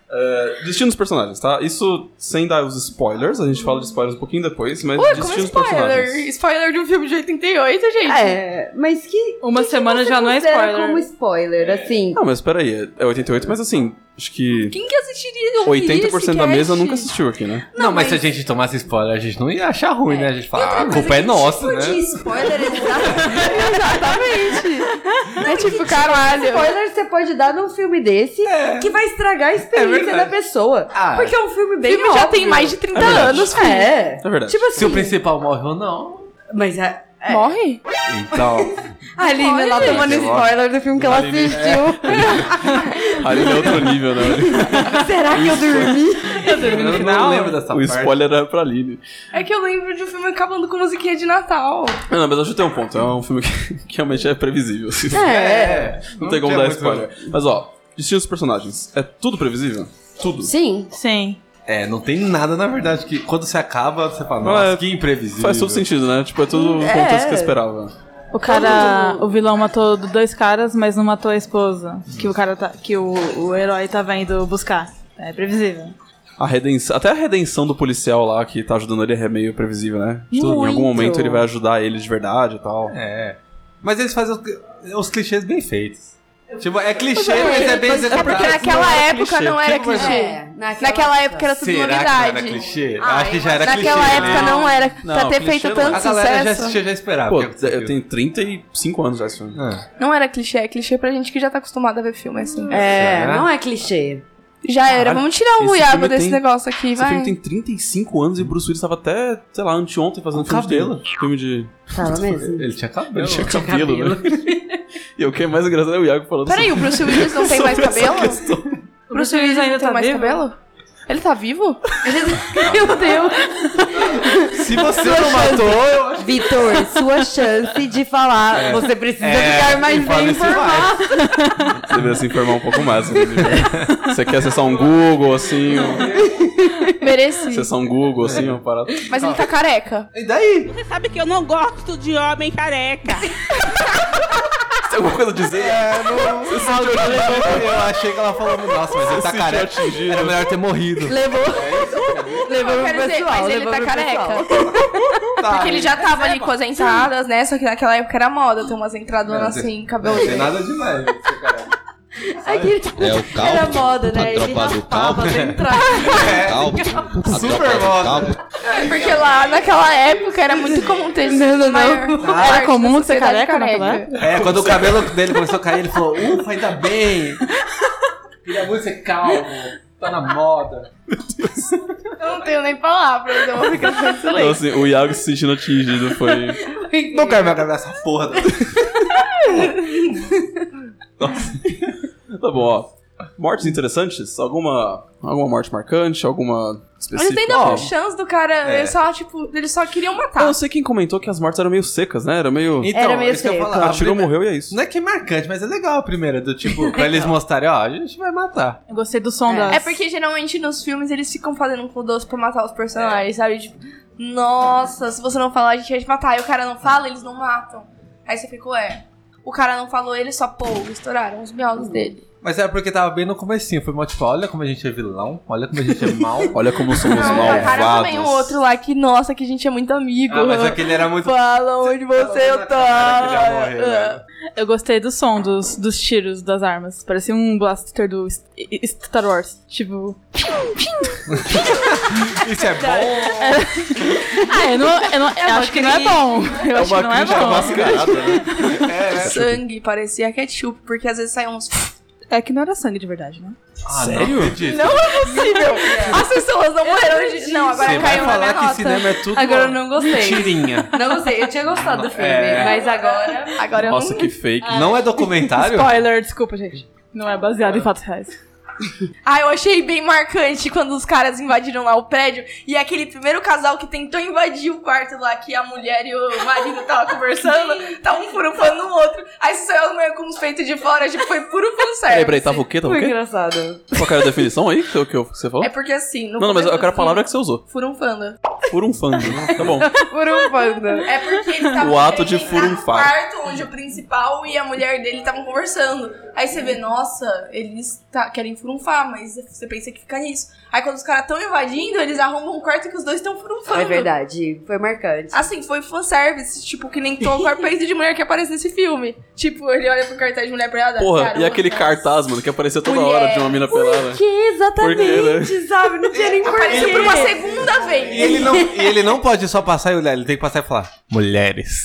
Speaker 1: É, destino dos personagens, tá? Isso sem dar os spoilers, a gente fala de spoilers um pouquinho depois, mas
Speaker 5: Ué, como
Speaker 1: destino dos personagens.
Speaker 5: spoiler? Spoiler de um filme de 88, gente.
Speaker 2: É, mas que.
Speaker 4: Uma semana
Speaker 2: você
Speaker 4: já não é
Speaker 2: considera
Speaker 4: spoiler.
Speaker 2: como spoiler, assim.
Speaker 1: Não, mas peraí, é- é 88, mas assim, acho que
Speaker 5: Quem que assistiria? um ouviria esse
Speaker 1: 80% da
Speaker 5: cast?
Speaker 1: mesa nunca assistiu aqui, né?
Speaker 6: Não, mas, se a gente tomasse spoiler, a gente não ia achar ruim, né? A gente fala, ah, a
Speaker 2: Mas
Speaker 6: culpa é
Speaker 2: que
Speaker 6: nossa,
Speaker 2: tipo de
Speaker 6: né?
Speaker 2: spoiler exato?
Speaker 5: Exatamente. é tipo,
Speaker 2: Que
Speaker 5: caralho.
Speaker 2: spoiler você pode dar num filme desse que vai estragar a experiência da pessoa.
Speaker 6: Ah.
Speaker 2: Porque é um filme
Speaker 5: O
Speaker 2: bem
Speaker 5: filme já
Speaker 2: óbvio.
Speaker 5: tem mais de 30
Speaker 1: É verdade.
Speaker 5: anos, filho.
Speaker 2: É.
Speaker 1: É verdade.
Speaker 2: Tipo assim.
Speaker 6: Se o principal morre ou não.
Speaker 2: Mas a. É.
Speaker 5: Morre?
Speaker 6: Então.
Speaker 2: A Aline lá tomando spoiler do filme que ela
Speaker 1: Aline.
Speaker 2: assistiu.
Speaker 1: Ali é outro nível, né?
Speaker 2: Será que eu dormi?
Speaker 6: eu não, lembro dessa
Speaker 1: o
Speaker 6: parte.
Speaker 1: spoiler era pra Aline.
Speaker 5: É que eu lembro de um filme acabando com musiquinha de Natal.
Speaker 1: Não, não, mas acho que tem um ponto. É um filme que, que realmente é previsível. assim.
Speaker 6: É,
Speaker 1: Não, tem como
Speaker 6: tinha
Speaker 1: dar
Speaker 6: muito-
Speaker 1: spoiler. Mas ó, destino dos personagens. É tudo previsível? Tudo.
Speaker 2: Sim.
Speaker 4: Sim.
Speaker 6: É, não tem nada, na verdade, que quando você acaba, você fala, nossa,
Speaker 1: É,
Speaker 6: que imprevisível.
Speaker 1: Faz todo sentido, né? Tipo, é tudo o contexto que eu esperava.
Speaker 4: O cara. O vilão matou dois caras, mas não matou a esposa. Que o cara tá. Que o, o herói tá vendo buscar. É previsível.
Speaker 1: A redenção, até a redenção do policial lá que tá ajudando ele é meio previsível, né? Tipo, Em
Speaker 2: Muito.
Speaker 1: algum momento ele vai ajudar ele de verdade e tal.
Speaker 6: É. Mas eles fazem os, os clichês bem feitos. Tipo, é clichê, mas é bem
Speaker 5: É
Speaker 6: executado.
Speaker 5: porque naquela época não era
Speaker 6: Tipo,
Speaker 5: clichê.
Speaker 2: naquela,
Speaker 5: É, Naquela época era tudo
Speaker 6: Será que não
Speaker 5: novidade.
Speaker 6: era clichê?
Speaker 2: Ah,
Speaker 6: Acho que já era
Speaker 5: Naquela
Speaker 6: clichê.
Speaker 5: época
Speaker 6: né?
Speaker 5: não era.
Speaker 1: Não,
Speaker 5: pra ter
Speaker 1: clichê
Speaker 5: feito
Speaker 1: não
Speaker 5: tanto
Speaker 6: A galera já
Speaker 5: sucesso.
Speaker 6: assistia, já esperava.
Speaker 1: Pô, é,
Speaker 6: o que aconteceu.
Speaker 1: eu tenho 35 anos já esse filme.
Speaker 6: Ah,
Speaker 5: Não era clichê, é clichê pra gente que já tá acostumada a ver filme assim.
Speaker 2: É,
Speaker 6: Será?
Speaker 2: não é clichê.
Speaker 5: Já era. Vamos tirar
Speaker 1: esse
Speaker 5: o Iaba
Speaker 1: filme
Speaker 5: desse
Speaker 1: tem-
Speaker 5: negócio aqui,
Speaker 1: Esse filme
Speaker 5: vai.
Speaker 1: tem 35 anos e Bruce Willis tava até, sei lá, anteontem fazendo
Speaker 6: Com
Speaker 1: filme
Speaker 6: cabelo.
Speaker 1: de... Filme de...
Speaker 2: Tava mesmo.
Speaker 6: Ele tinha cabelo.
Speaker 1: Ele tinha cabelo, né? e o que é mais engraçado é o Iago falando
Speaker 5: Peraí, o Bruce Willis não tem mais
Speaker 1: sobre essa
Speaker 5: cabelo?
Speaker 1: questão.
Speaker 5: O Bruce Willis ainda tá
Speaker 4: tá
Speaker 5: tem mais cabelo? Ele tá vivo?
Speaker 2: Meu Deus.
Speaker 6: Se você não matou, eu acho
Speaker 2: Vitor, sua chance de falar. Você precisa
Speaker 1: É,
Speaker 6: É.
Speaker 2: ficar mais bem informado.
Speaker 1: Você deveria se informar um pouco mais. né? Você quer acessar um Google, assim, um-
Speaker 5: Mereci.
Speaker 1: acessar um Google, assim, uma parada.
Speaker 5: Mas ele tá careca.
Speaker 6: E daí?
Speaker 11: Você sabe que eu não gosto de homem careca.
Speaker 1: Você tem alguma coisa a dizer?
Speaker 6: É, não. Eu achei que ela falou, nossa, mas ele tá
Speaker 1: Sentiu
Speaker 6: careca.
Speaker 1: atingido.
Speaker 6: Era melhor ter morrido.
Speaker 2: Levou. Levou
Speaker 5: Eu
Speaker 2: pro
Speaker 5: quero dizer,
Speaker 2: pessoal.
Speaker 5: mas ele
Speaker 2: levou
Speaker 5: tá
Speaker 2: pro
Speaker 5: careca. é
Speaker 2: pessoal.
Speaker 6: Tá,
Speaker 5: Porque ele já tava ali com as entradas, né? Só que naquela época era moda ter umas entradonas
Speaker 6: É,
Speaker 5: assim,
Speaker 6: Não
Speaker 5: cabelo.
Speaker 6: tem nada demais. seu careca.
Speaker 2: Aqui
Speaker 9: É o
Speaker 2: era
Speaker 9: calvo?
Speaker 2: moda, né? Ele
Speaker 9: tropa do
Speaker 2: raspava
Speaker 9: calvo.
Speaker 2: dentro aqui.
Speaker 9: Calvo.
Speaker 6: Super moda.
Speaker 5: Porque lá naquela época era muito comum ter esse
Speaker 4: Não, não, não.
Speaker 5: maior-
Speaker 4: Era
Speaker 5: parte
Speaker 4: comum
Speaker 5: da
Speaker 4: ser
Speaker 5: sociedade
Speaker 4: careca naquela época?
Speaker 6: É, quando o cabelo dele começou a cair, ele falou: Ufa, ainda bem! Queria muito ser calmo, tá na moda.
Speaker 5: Eu não tenho nem palavras, eu vou ficar sem
Speaker 1: Então,
Speaker 5: silêncio.
Speaker 1: assim, o Iago se sentindo atingido foi...
Speaker 6: Não quero me agradar essa porra.
Speaker 1: Tá bom, ó. Mortes interessantes? Alguma, alguma morte marcante? Alguma
Speaker 5: Mas
Speaker 1: específica?
Speaker 5: nem
Speaker 1: Ó,
Speaker 5: dava chance do cara,
Speaker 6: É.
Speaker 5: eles só, tipo, eles só queriam
Speaker 1: Eu
Speaker 5: matar.
Speaker 1: não sei quem comentou que as mortes eram meio secas, né? Era meio...
Speaker 2: Era meio
Speaker 6: isso que eu ia
Speaker 2: seco.
Speaker 6: falar.
Speaker 1: Ah, chegou,
Speaker 6: Primeiro-
Speaker 1: morreu e é isso.
Speaker 6: Então, Não é que é marcante, mas é legal a primeira, do tipo, pra eles mostrarem, ó, a gente vai matar.
Speaker 4: Eu gostei do som das.
Speaker 5: É porque geralmente nos filmes eles ficam fazendo um doce pra matar os personagens, sabe? Tipo, nossa, se você não falar, a gente vai te matar. Aí o cara não fala, eles não matam. Aí você fica, ué. O cara não falou, ele só, pô, estouraram os miolos dele.
Speaker 6: Mas era porque tava bem no comecinho, foi mó tipo, olha como a gente é vilão, olha como a gente é mal.
Speaker 1: Olha como somos
Speaker 5: Ah, o cara também, o
Speaker 1: malvados.
Speaker 5: outro lá, que nossa, que a gente é muito amigo.
Speaker 6: ah, mas aquele era muito...
Speaker 5: Fala onde você
Speaker 6: Cara, que ele né? ia
Speaker 5: tá.
Speaker 6: morrer, velho.
Speaker 4: Eu gostei do som dos, dos tiros das armas. Parecia um blaster do S- I- I- Star Wars. Tipo.
Speaker 6: Isso é bom?
Speaker 4: Ah, eu não. Eu, não- eu acho que não é bom. Eu acho que não é
Speaker 1: crítica
Speaker 4: bom.
Speaker 1: mascarada, né?
Speaker 5: Sangue parecia ketchup, porque às vezes saem uns.
Speaker 4: É que não era sangue de verdade, né?
Speaker 6: Ah, Sério? Não acredito.
Speaker 5: As pessoas não morreram de. Não, agora
Speaker 6: Você vai
Speaker 5: caiu na minha
Speaker 6: falar que
Speaker 5: nota.
Speaker 6: cinema é tudo
Speaker 2: Agora eu
Speaker 6: ó,
Speaker 2: não gostei.
Speaker 6: tirinha.
Speaker 2: Não gostei. Eu tinha gostado do filme,
Speaker 6: É.
Speaker 2: mas agora.
Speaker 5: Agora eu
Speaker 1: Nossa,
Speaker 5: não.
Speaker 1: que fake.
Speaker 6: Não é documentário?
Speaker 4: Spoiler, desculpa, gente. Não é baseado em fatos reais.
Speaker 5: Ah, eu achei bem marcante quando os caras invadiram lá o prédio e aquele primeiro casal que tentou invadir o quarto lá que a mulher e o marido estavam conversando, estavam um furufando o outro. Aí saiu a mulher com os peitos de fora, tipo, foi puro fanservice.
Speaker 1: Peraí, peraí, tava o quê? Tava o
Speaker 2: Foi
Speaker 1: quê?
Speaker 2: é engraçado.
Speaker 1: Qual que era a definição aí que, que você falou?
Speaker 5: É porque assim. né? No
Speaker 1: não, não, mas
Speaker 5: começo
Speaker 1: eu quero a
Speaker 5: do
Speaker 1: palavra que
Speaker 5: filme,
Speaker 1: você usou.
Speaker 5: Furunfando.
Speaker 1: Furunfando. Tá bom.
Speaker 2: um Furufanda.
Speaker 5: É porque eles estavam.
Speaker 1: O ato de
Speaker 5: querendo entrar no
Speaker 1: furunfar.
Speaker 5: quarto onde o principal e a mulher dele estavam conversando. Aí você vê, nossa, eles tá- querem furunfar, mas você pensa que fica nisso. Aí quando os caras estão invadindo, eles arrumam um quarto que os dois estão furunfando.
Speaker 2: É verdade, foi marcante.
Speaker 5: Assim, foi fanservice, tipo, que nem Tom Corpeito de mulher que aparece nesse filme. Tipo, ele olha pro cartaz de mulher pelada.
Speaker 1: Porra,
Speaker 5: cara,
Speaker 1: e aquele
Speaker 5: assim.
Speaker 1: cartaz, mano, que aparecia toda hora de uma mina pelada.
Speaker 2: Que exatamente,
Speaker 1: Por quê,
Speaker 2: sabe? Não tinha nem
Speaker 5: Apareceu
Speaker 2: porquê.
Speaker 5: por uma segunda vez.
Speaker 6: E ele, não, e ele não pode só passar e olhar, ele tem que passar e falar: Mulheres.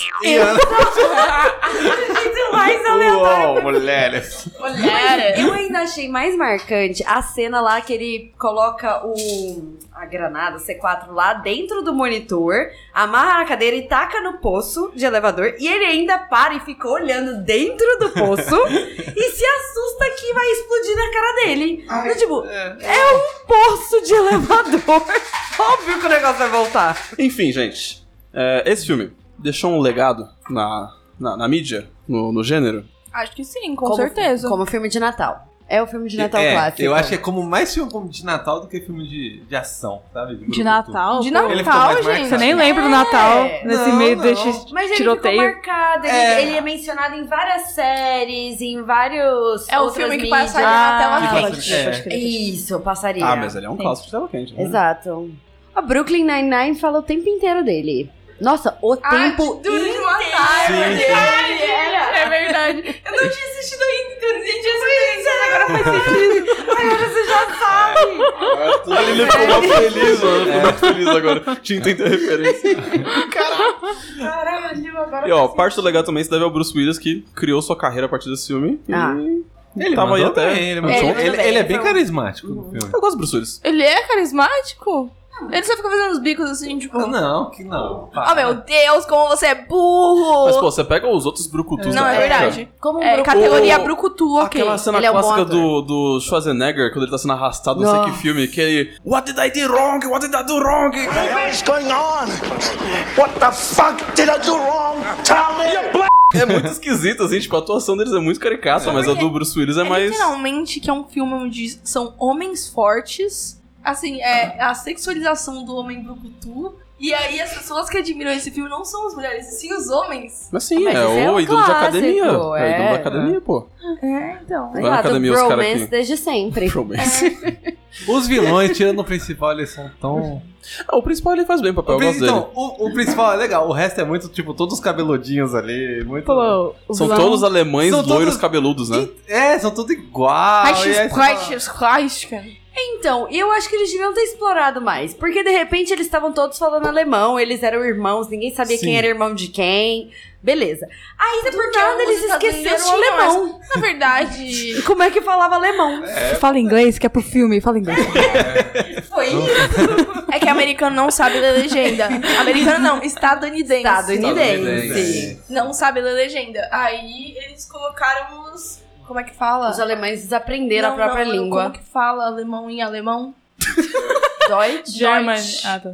Speaker 2: mais
Speaker 1: Oh,
Speaker 6: Uou, mulheres. É.
Speaker 5: Mulher.
Speaker 2: é, Eu ainda achei mais marcante a cena lá que ele coloca o a granada C4 lá dentro do monitor, amarra na cadeira e taca no poço de elevador e ele ainda para e fica olhando dentro do poço e se assusta que vai explodir na cara dele. Eu, tipo, é. um poço de elevador. Óbvio que o negócio vai voltar.
Speaker 1: Enfim, gente, é, esse filme deixou um legado na, na, na mídia, no, no gênero.
Speaker 5: Acho que sim, com
Speaker 2: Como-
Speaker 5: certeza.
Speaker 2: Como filme de Natal. É o filme de Natal
Speaker 6: é,
Speaker 2: clássico.
Speaker 6: Eu acho que é como mais filme como de Natal do que filme de, de ação, sabe?
Speaker 4: De
Speaker 6: brucutu.
Speaker 4: Natal?
Speaker 5: De
Speaker 4: pô.
Speaker 5: Natal,
Speaker 6: Ele ficou mais
Speaker 5: gente.
Speaker 4: Você nem lembra do Natal, nesse
Speaker 6: Não,
Speaker 4: meio
Speaker 6: não.
Speaker 4: desse
Speaker 2: Mas ele
Speaker 4: tiroteio.
Speaker 2: ficou marcado, ele
Speaker 6: É.
Speaker 2: é. ele é mencionado em várias séries, em vários
Speaker 5: É o
Speaker 2: outras
Speaker 5: filme que
Speaker 2: mídias.
Speaker 5: passaria na tela
Speaker 6: Ah,
Speaker 5: quente.
Speaker 6: pode crer, pode
Speaker 2: É. Isso, passaria.
Speaker 1: Ah, mas ele é um
Speaker 2: Sim.
Speaker 1: clássico de tela quente. Né?
Speaker 2: Exato. A Brooklyn Nine-Nine fala o tempo inteiro dele. Nossa, o tempo
Speaker 5: Duro de
Speaker 2: inteiro.
Speaker 5: matar,
Speaker 6: Sim.
Speaker 5: meu Deus. É verdade. Eu não tinha assistido ainda, eu não tinha assistido ainda, agora faz
Speaker 1: Ele ficou mal feliz, mano. Ficou muito
Speaker 7: É.
Speaker 1: feliz agora. Tinha entendido a referência.
Speaker 5: Caralho, agora.
Speaker 1: E ó, parte do legado também se deve ao Bruce Willis, que criou sua carreira a partir desse filme. E
Speaker 2: Ah.
Speaker 1: ele tava aí
Speaker 6: mandou
Speaker 1: até.
Speaker 6: bem, ele,
Speaker 1: Não,
Speaker 6: mandou
Speaker 1: John-
Speaker 6: bem. Ele-
Speaker 2: bem,
Speaker 6: ele é bem
Speaker 2: então.
Speaker 6: carismático no filme.
Speaker 1: Eu gosto do Bruce Willis.
Speaker 5: Ele é carismático? Ele só fica fazendo os bicos assim, tipo.
Speaker 4: Uhum.
Speaker 6: Não, Ah, Não, que não.
Speaker 4: Ah,
Speaker 5: Oh meu Deus, como você é burro!
Speaker 1: Mas, pô, você pega os outros brucutus
Speaker 5: não,
Speaker 1: da
Speaker 5: é
Speaker 1: época.
Speaker 5: verdade.
Speaker 2: Como um
Speaker 5: É,
Speaker 2: Brooklyn.
Speaker 5: categoria
Speaker 1: O-
Speaker 5: brucutu, ok.
Speaker 1: Aquela cena
Speaker 2: ele é um bom
Speaker 1: clássica
Speaker 2: ator.
Speaker 1: do, do Schwarzenegger, quando ele tá sendo arrastado, não sei que
Speaker 2: Nossa.
Speaker 1: filme, que ele. What did I do wrong? What did I do wrong?
Speaker 3: What's going on? What the fuck did I do wrong? Tell me!
Speaker 1: É muito esquisito, assim, tipo, a atuação deles é muito caricata, mas a do Bruce Willis é
Speaker 5: É
Speaker 1: mais.
Speaker 5: literalmente que é um filme onde são homens fortes, assim, é a sexualização do homem brucutu, e aí as pessoas que admiram esse filme não são as mulheres, e sim os homens.
Speaker 1: Mas sim,
Speaker 2: Mas
Speaker 1: é,
Speaker 2: esse é
Speaker 1: o
Speaker 2: um
Speaker 1: ídolo da
Speaker 2: clássico,
Speaker 1: academia. É, o ídolo da
Speaker 2: é.
Speaker 1: academia, pô.
Speaker 5: É, então.
Speaker 1: Vai na
Speaker 2: Exato,
Speaker 1: academia os caras aqui.
Speaker 2: bromance desde sempre.
Speaker 1: Showmance.
Speaker 6: Os vilões, tirando o principal, eles são tão.
Speaker 1: Ah, o principal ele faz bem o papel,
Speaker 6: O
Speaker 1: eu
Speaker 6: prin-
Speaker 1: gosto dele.
Speaker 6: então, o, o principal é legal, o resto é muito, tipo, todos os cabeludinhos ali, muito...
Speaker 4: Pô, o
Speaker 1: São
Speaker 4: vilão-
Speaker 1: todos alemães
Speaker 6: São
Speaker 1: loiros
Speaker 6: todos-
Speaker 1: cabeludos, né?
Speaker 6: E- É, são todos iguais. Ah, e aí você fala-
Speaker 2: Então, eu acho que eles deviam ter explorado mais. Porque de repente eles estavam todos falando alemão, eles eram irmãos, ninguém sabia
Speaker 6: Sim.
Speaker 2: quem era irmão de quem. Beleza. Aí por
Speaker 5: Porque
Speaker 2: nada
Speaker 5: os
Speaker 2: eles
Speaker 5: Estados
Speaker 2: esqueceram
Speaker 5: Unidos
Speaker 2: o
Speaker 5: tinham
Speaker 2: alemão.
Speaker 5: essa- Na verdade,
Speaker 2: E como é que falava alemão?
Speaker 4: Fala inglês, que é pro filme, fala inglês.
Speaker 5: foi isso. É que americano não sabe ler legenda. Americano não, estadunidense.
Speaker 2: Estadunidense.
Speaker 5: Não sabe ler legenda. Aí eles colocaram os. Como é que fala?
Speaker 2: Os alemães aprenderam
Speaker 5: Não,
Speaker 2: a própria
Speaker 5: não,
Speaker 2: língua.
Speaker 5: Como que fala alemão em alemão?
Speaker 2: Deutsch.
Speaker 4: German. Ah, tá.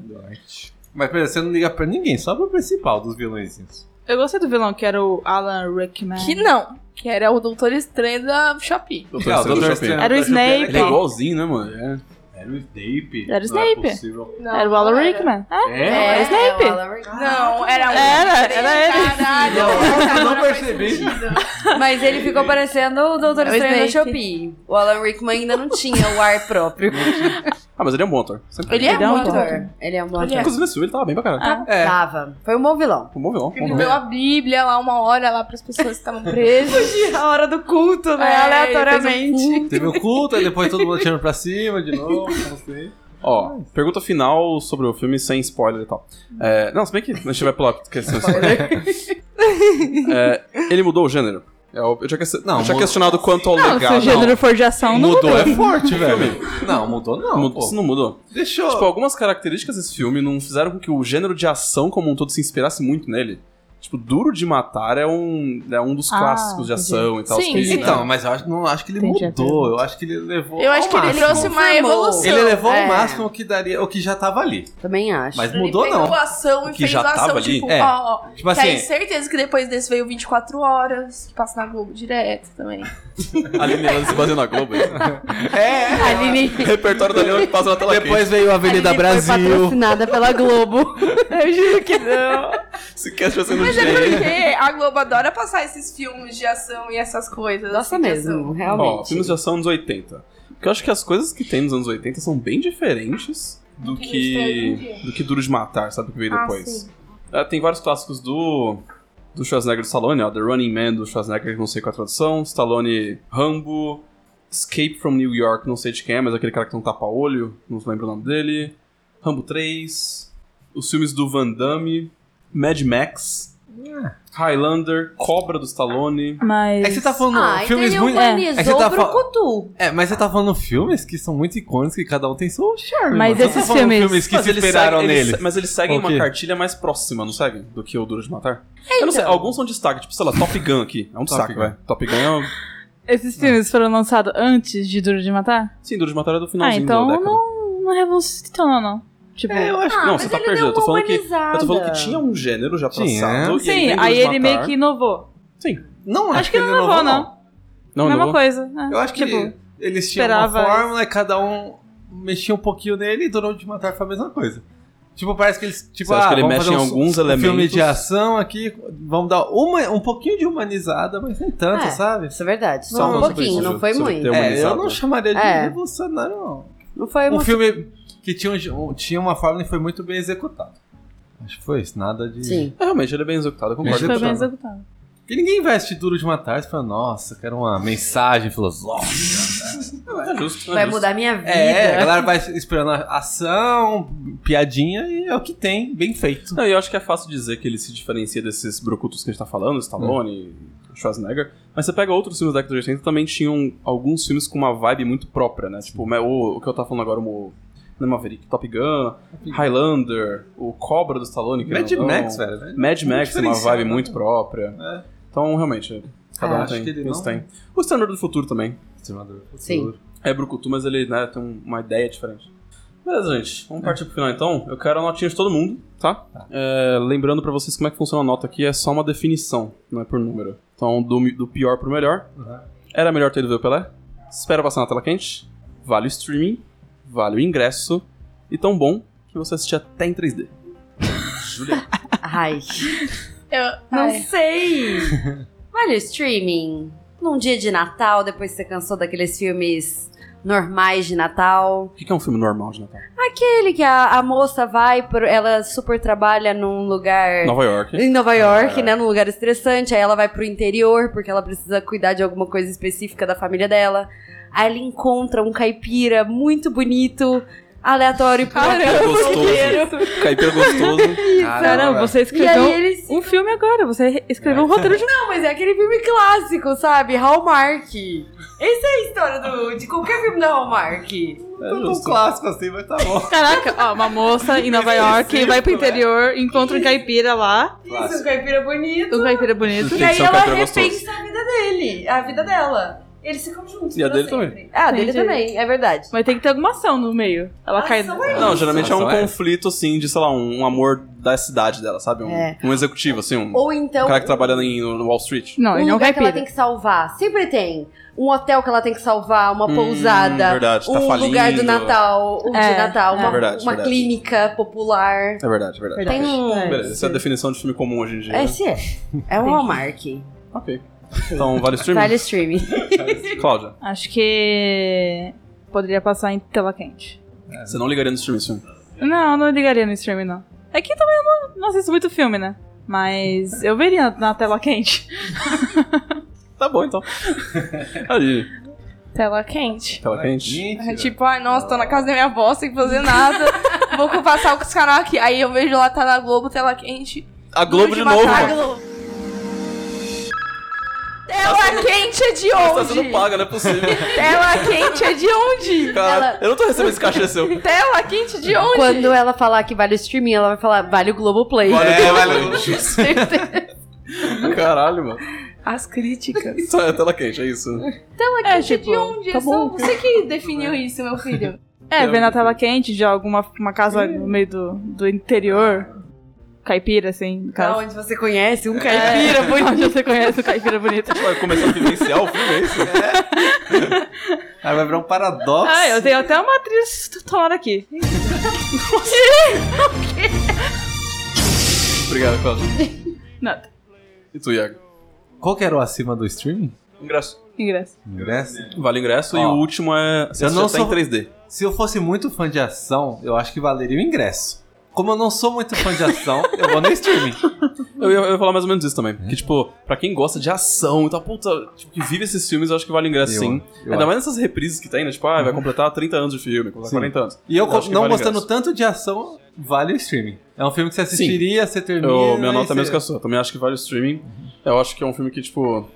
Speaker 6: Mas pera, você não liga pra ninguém, só pro principal dos vilõezinhos.
Speaker 4: Eu gostei do vilão, que era o Alan Rickman.
Speaker 5: Que não. Que era o Doutor Estranho da Shopee.
Speaker 1: Doutor
Speaker 6: É, o
Speaker 1: Estranho
Speaker 6: Doutor
Speaker 1: Chapin.
Speaker 6: Estranho.
Speaker 4: Era o Snape.
Speaker 1: Ele
Speaker 6: Então.
Speaker 1: é igualzinho, né, mano? É.
Speaker 6: Era o Snape.
Speaker 4: Era o
Speaker 6: Não é
Speaker 4: Snape.
Speaker 6: possível.
Speaker 5: Não,
Speaker 4: Era o Alan Rickman. É?
Speaker 6: É?
Speaker 4: Era o Snape.
Speaker 2: é o Alan Rickman.
Speaker 5: Não, era um.
Speaker 4: Era, era ele.
Speaker 5: Caralho.
Speaker 6: Eu não percebi.
Speaker 2: Mas ele ficou parecendo o Doutor
Speaker 5: É o
Speaker 2: Estranho da
Speaker 5: Snape.
Speaker 2: Shopee. O Alan Rickman ainda não tinha o ar próprio.
Speaker 1: Ah, mas ele é um bom ator. Sempre.
Speaker 5: Ele é
Speaker 4: Ele é um
Speaker 5: muito.
Speaker 4: ator.
Speaker 2: Ele é um bom
Speaker 5: Ele é.
Speaker 2: ator.
Speaker 1: Inclusive nesse filme ele tava bem Tipo, pra caralho.
Speaker 6: É.
Speaker 2: Tava. Foi um bom vilão.
Speaker 1: Vamos ver, vamos
Speaker 5: Ele
Speaker 1: ver.
Speaker 5: leu a Bíblia lá uma hora lá pras pessoas que estavam presas.
Speaker 2: A hora do culto,
Speaker 5: né? Aleatoriamente.
Speaker 6: Teve o culto, aí depois todo mundo tirando pra cima de novo, não sei.
Speaker 1: Ó, pergunta final sobre o filme sem spoiler e tal. É, não, se bem que a gente vai pular porque sem spoiler. É, ele mudou o gênero. É, Eu tinha, que-
Speaker 6: Não,
Speaker 1: eu tinha
Speaker 6: mudou.
Speaker 1: questionado quanto ao
Speaker 4: Não,
Speaker 1: legal.
Speaker 4: se o gênero for de ação, não
Speaker 6: Mudou,
Speaker 4: mudou.
Speaker 6: é forte, velho. Não, mudou não,
Speaker 1: Mudou-
Speaker 6: pô.
Speaker 1: Isso não mudou.
Speaker 6: Deixou.
Speaker 1: Tipo, algumas características desse filme não fizeram com que o gênero de ação como um todo se inspirasse muito nele. Tipo, Duro de Matar é um, é um dos
Speaker 4: Ah,
Speaker 1: clássicos de
Speaker 4: entendi.
Speaker 1: ação e tal.
Speaker 5: Sim,
Speaker 1: que-
Speaker 5: sim.
Speaker 1: né?
Speaker 6: Então, mas eu acho, não acho que ele
Speaker 4: Entendi a
Speaker 6: mudou. Eu acho que ele levou.
Speaker 5: Eu acho
Speaker 6: ao
Speaker 5: que ele
Speaker 6: máximo.
Speaker 5: trouxe uma
Speaker 2: confirmou.
Speaker 5: evolução.
Speaker 6: Ele levou
Speaker 2: É.
Speaker 6: ao máximo o que daria, o que já tava ali. Tipo
Speaker 2: Também acho.
Speaker 6: Mas
Speaker 5: Ele
Speaker 6: mudou
Speaker 5: pegou
Speaker 6: não.
Speaker 5: a ação
Speaker 1: O
Speaker 5: e
Speaker 1: que
Speaker 5: fez
Speaker 1: já
Speaker 5: a ação,
Speaker 1: tava ali?
Speaker 5: tipo,
Speaker 6: É.
Speaker 5: ó, ó.
Speaker 6: Tipo
Speaker 5: que aí,
Speaker 6: assim,
Speaker 5: certeza que depois desse veio 24 horas, que passa na Globo direto também.
Speaker 1: A Liliana se baseou na Globo.
Speaker 6: é.
Speaker 2: Aline
Speaker 1: Repertório da Liliana que passa na tela
Speaker 6: Depois veio a Avenida
Speaker 2: foi
Speaker 6: Brasil.
Speaker 2: patrocinada pela Globo. Eu juro que não.
Speaker 1: quente. Se quer sendo
Speaker 5: Mas é
Speaker 1: gênio.
Speaker 5: porque a Globo adora passar esses filmes de ação e essas coisas.
Speaker 2: Nossa
Speaker 5: assim, de
Speaker 2: mesmo,
Speaker 5: ação.
Speaker 1: Ó,
Speaker 2: realmente.
Speaker 1: filmes de ação dos 80. Porque eu acho que as coisas que tem nos anos 80 são bem diferentes do que. do que Duro de Matar, sabe? Que veio
Speaker 12: Ah,
Speaker 1: depois.
Speaker 12: sim.
Speaker 1: Ah, tem vários clássicos do. do Schwarzenegger do Stallone, ó. The Running Man do Schwarzenegger, que não sei qual é a tradução. Stallone Rambo. Escape from New York, não sei de quem é, mas aquele cara que tem um tapa-olho, não lembro o nome dele. Rambo 3. Os filmes do Van Damme. Mad Max. Highlander, Cobra do Stallone.
Speaker 4: Mas.
Speaker 6: É que você tá falando
Speaker 2: Ah, então
Speaker 6: filmes
Speaker 5: um
Speaker 2: ele
Speaker 6: muito.
Speaker 2: humanizou
Speaker 6: é que você tá
Speaker 2: o
Speaker 6: fal-
Speaker 2: Brucutu.
Speaker 6: É, mas você tá falando filmes que são muito icônicos, que cada um tem seu charme.
Speaker 4: Mas
Speaker 6: Você tá
Speaker 4: esses
Speaker 6: falando
Speaker 4: filmes-
Speaker 6: filmes que
Speaker 1: Mas
Speaker 6: se
Speaker 1: eles
Speaker 6: inspiraram
Speaker 1: seguem- eles
Speaker 6: nele.
Speaker 1: se- mas eles seguem
Speaker 6: Ok.
Speaker 1: uma cartilha mais próxima, não seguem? Do que o Duro de Matar? Eu não sei,
Speaker 4: Então.
Speaker 1: alguns são destaque, tipo, sei lá, Top Gun aqui. É um destaque,
Speaker 6: Gun.
Speaker 1: velho. Top Gun é um...
Speaker 4: Esses filmes foram lançados antes de Duro de Matar?
Speaker 1: Sim, Duro de Matar é do
Speaker 4: Ah,
Speaker 1: finalzinho
Speaker 4: então
Speaker 1: da década.
Speaker 4: não, não revolucionou, não. Tipo,
Speaker 1: Eu acho que não,
Speaker 2: é
Speaker 1: você tá perdido. Eu tô falando que. Eu tô falando que tinha um gênero já
Speaker 6: Tinha.
Speaker 1: traçado. e
Speaker 4: Sim,
Speaker 1: vem Duro
Speaker 4: aí
Speaker 1: de
Speaker 4: ele
Speaker 1: Matar.
Speaker 4: meio que inovou.
Speaker 1: Sim.
Speaker 6: Não
Speaker 4: acho que não inovou, não.
Speaker 1: Não,
Speaker 4: Mesma
Speaker 1: não.
Speaker 4: coisa. né?
Speaker 6: Eu acho que
Speaker 4: Tipo,
Speaker 6: eles tinham
Speaker 4: esperava
Speaker 6: uma fórmula e cada um mexia um pouquinho nele e Dono de Matar foi a mesma coisa. Tipo, parece que eles. Tipo,
Speaker 1: Você acha
Speaker 6: ah,
Speaker 1: que ele
Speaker 6: vamos
Speaker 1: mexe
Speaker 6: fazer
Speaker 1: em
Speaker 6: um,
Speaker 1: alguns
Speaker 6: um Filme
Speaker 1: elementos?
Speaker 6: de ação aqui, vamos dar uma, um pouquinho de humanizada, mas nem tanto,
Speaker 2: É,
Speaker 6: sabe?
Speaker 2: Isso é verdade. Só um pouquinho, não foi muito.
Speaker 6: É, eu não chamaria de
Speaker 2: É.
Speaker 6: revolucionário, não.
Speaker 2: Não foi
Speaker 6: Um
Speaker 2: muito.
Speaker 6: filme que tinha, um- tinha uma fórmula e foi muito bem executado. Acho que foi isso, nada de.
Speaker 2: Sim.
Speaker 1: É, Realmente, ele é bem executado, eu concordo.
Speaker 4: foi
Speaker 6: tá-
Speaker 1: com
Speaker 4: bem
Speaker 1: você.
Speaker 4: executado.
Speaker 6: Porque ninguém vai assistir Duro de Matar e fala, nossa, quero uma mensagem filosófica.
Speaker 1: É justo, é
Speaker 2: Vai
Speaker 1: justo.
Speaker 2: mudar minha vida.
Speaker 6: É, a galera vai esperando a ação, piadinha e é o que tem, bem feito.
Speaker 1: Não, e eu acho que é fácil dizer que ele se diferencia desses brucutos que a gente tá falando, Stallone, Schwarzenegger. Mas você pega outros filmes da década de 80 que também tinham alguns filmes com uma vibe muito própria, né? Tipo, o, o que eu tava falando agora, o né, Maverick, Top Gun, Highlander, o Cobra do Stallone. que
Speaker 6: Mad
Speaker 1: não-
Speaker 6: Max, velho, né?
Speaker 1: Mad
Speaker 6: Não
Speaker 1: Max é uma
Speaker 6: diferencia,
Speaker 1: vibe
Speaker 6: né?
Speaker 1: muito própria.
Speaker 6: É.
Speaker 1: Então, realmente, cada
Speaker 6: É,
Speaker 1: um
Speaker 6: acho
Speaker 1: tem.
Speaker 6: que ele
Speaker 1: eles
Speaker 6: não-
Speaker 1: têm. O Exterminador do Futuro também.
Speaker 6: Exterminador do Futuro.
Speaker 2: Sim.
Speaker 1: É brucutu, mas ele né, tem uma ideia diferente. Beleza, gente. Vamos partir pro final então. Eu quero a notinha de todo mundo, tá? É, lembrando pra vocês como é que funciona a nota aqui, é só uma definição, não é por número. Então, do, mi- do pior pro melhor. Era melhor ter ido ver o Pelé? Espera passar na tela quente. Vale o streaming, vale o ingresso. E tão bom que você assiste até em 3D.
Speaker 2: Ai.
Speaker 5: Eu,
Speaker 2: Não
Speaker 5: ai.
Speaker 2: sei. Olha o streaming. Num dia de Natal, depois que você cansou daqueles filmes normais de Natal.
Speaker 1: O que que é um filme normal de Natal?
Speaker 2: Aquele que a, a moça vai, por, ela super trabalha num lugar.
Speaker 1: Nova York.
Speaker 2: Em Nova
Speaker 1: Ah.
Speaker 2: York, né? Num lugar estressante. Aí ela vai pro interior porque ela precisa cuidar de alguma coisa específica da família dela. Aí ela encontra um caipira muito bonito, aleatório um por
Speaker 1: Caipira gostoso. Caipira gostoso.
Speaker 6: Ah,
Speaker 4: Caramba,
Speaker 6: é.
Speaker 4: você
Speaker 2: E
Speaker 4: escreveu
Speaker 2: aí eles
Speaker 4: um filme agora. Você escreveu um roteiro de
Speaker 2: Não, mas é aquele filme clássico, sabe? Hallmark. Essa é a história do- de qualquer filme da Hallmark.
Speaker 6: É um clássico assim, mas tá bom.
Speaker 4: um Caraca, ó, uma moça em Nova York vai pro interior, encontra um caipira lá.
Speaker 2: Isso, o caipira bonito.
Speaker 4: O caipira bonito.
Speaker 1: Tem
Speaker 2: E
Speaker 1: que
Speaker 2: aí
Speaker 1: ser um
Speaker 2: ela
Speaker 1: caipira
Speaker 2: repensa a vida dele, a vida dela. Eles ficam juntos.
Speaker 1: E a
Speaker 2: pra
Speaker 1: dele
Speaker 2: sempre.
Speaker 1: também.
Speaker 2: Ah, a dele
Speaker 4: Entendi.
Speaker 2: também, é verdade.
Speaker 4: Mas tem que ter alguma ação no meio. Ela cai.
Speaker 2: Ação é
Speaker 1: Não, geralmente é um
Speaker 6: Nossa, é.
Speaker 1: conflito, assim, de, sei lá, um amor da cidade dela, sabe? Um,
Speaker 2: É.
Speaker 1: um executivo, assim, um,
Speaker 2: Ou então.
Speaker 1: um cara que trabalha em- no Wall Street.
Speaker 4: Não,
Speaker 2: um
Speaker 4: ele é um
Speaker 2: lugar que ela tem
Speaker 4: caipira.
Speaker 2: que salvar. Sempre tem. Um hotel que ela tem que salvar, uma
Speaker 1: Hum,
Speaker 2: pousada.
Speaker 1: verdade, tá
Speaker 2: um lugar do
Speaker 1: falindo.
Speaker 2: Natal, um
Speaker 4: É,
Speaker 2: de Natal,
Speaker 4: é.
Speaker 2: uma,
Speaker 1: Verdade,
Speaker 2: uma
Speaker 1: verdade.
Speaker 2: clínica popular.
Speaker 1: É verdade, é verdade.
Speaker 2: Tem um.
Speaker 1: Beleza, essa é a definição de filme comum hoje em dia. né?
Speaker 2: Esse é. É um Hallmark.
Speaker 1: Ok. Então, vale o streaming?
Speaker 2: Vale streaming.
Speaker 1: Cláudia,
Speaker 4: Acho que. Poderia passar em tela quente.
Speaker 1: você não ligaria no streaming esse filme?
Speaker 4: Não, não ligaria no streaming, não. É que também eu não, não assisto muito filme, né? Mas eu veria na tela quente.
Speaker 1: Tá bom, então. Ali,
Speaker 5: Tela quente.
Speaker 1: tela quente.
Speaker 5: É tipo, ai, nossa, tô na casa da minha avó sem fazer nada. Vou passar o canal aqui. Aí eu vejo lá, tá na Globo, tela quente.
Speaker 1: A Globo
Speaker 5: Duro
Speaker 1: de novo,
Speaker 5: Matar.
Speaker 1: mano.
Speaker 5: Tela quente é de
Speaker 1: Tá sendo
Speaker 5: onde?
Speaker 1: paga, não é possível.
Speaker 5: Tela quente é de onde?
Speaker 1: Cara, eu não tô recebendo esse cachê seu.
Speaker 5: Tela quente de onde?
Speaker 2: Quando ela falar que vale o streaming, ela vai falar vale o Globoplay.
Speaker 1: Vale
Speaker 6: É, vale.
Speaker 1: Caralho, mano.
Speaker 5: As críticas.
Speaker 1: Só é tela quente, é isso.
Speaker 5: Tela
Speaker 4: É,
Speaker 5: quente é,
Speaker 4: tipo,
Speaker 5: de onde?
Speaker 4: tá
Speaker 5: É só
Speaker 4: bom.
Speaker 5: você que definiu isso, meu filho.
Speaker 4: É, ver na tela quente de alguma uma casa no meio do, do interior. Caipira, assim, no
Speaker 2: Pra
Speaker 4: caso.
Speaker 2: onde você conhece
Speaker 4: É,
Speaker 2: um cara.
Speaker 4: Caipira bonito. Onde você conhece o caipira bonito.
Speaker 1: Vai começar a vivenciar o filme, é isso?
Speaker 6: Aí vai virar um paradoxo.
Speaker 4: Ah, eu tenho até uma atriz sonora aqui.
Speaker 1: Obrigado, Cláudia.
Speaker 4: Nada.
Speaker 1: E tu, Iago?
Speaker 6: Qual que era o acima do streaming?
Speaker 1: Ingresso.
Speaker 4: Ingresso.
Speaker 6: Ingresso?
Speaker 1: Vale ingresso e o último é. Você
Speaker 6: eu não
Speaker 1: assistir
Speaker 6: sou,
Speaker 1: até em 3D.
Speaker 6: Se eu fosse muito fã de ação, eu acho que valeria o ingresso. Como eu não sou muito fã de ação, eu vou no streaming.
Speaker 1: Eu ia, eu ia falar mais ou menos isso também.
Speaker 6: É.
Speaker 1: Que, tipo, pra quem gosta de ação e tal, puta, tipo, que vive esses filmes, eu acho que vale o ingresso
Speaker 6: Eu-
Speaker 1: sim.
Speaker 6: eu
Speaker 1: Ainda
Speaker 6: acho. Uhum.
Speaker 1: mais nessas reprises que tem, né? Tipo, ah, vai completar 30 anos de filme, completar
Speaker 6: Sim.
Speaker 1: 40 anos.
Speaker 6: E eu, co-
Speaker 1: acho que
Speaker 6: não
Speaker 1: vale
Speaker 6: gostando
Speaker 1: ingresso.
Speaker 6: tanto de ação, vale o streaming. É um filme que você assistiria, você termina.
Speaker 1: Eu, minha nota é
Speaker 6: é
Speaker 1: a mesma que a sua. Eu Também acho que vale o streaming.
Speaker 6: Uhum.
Speaker 1: Eu acho que é um filme que, tipo.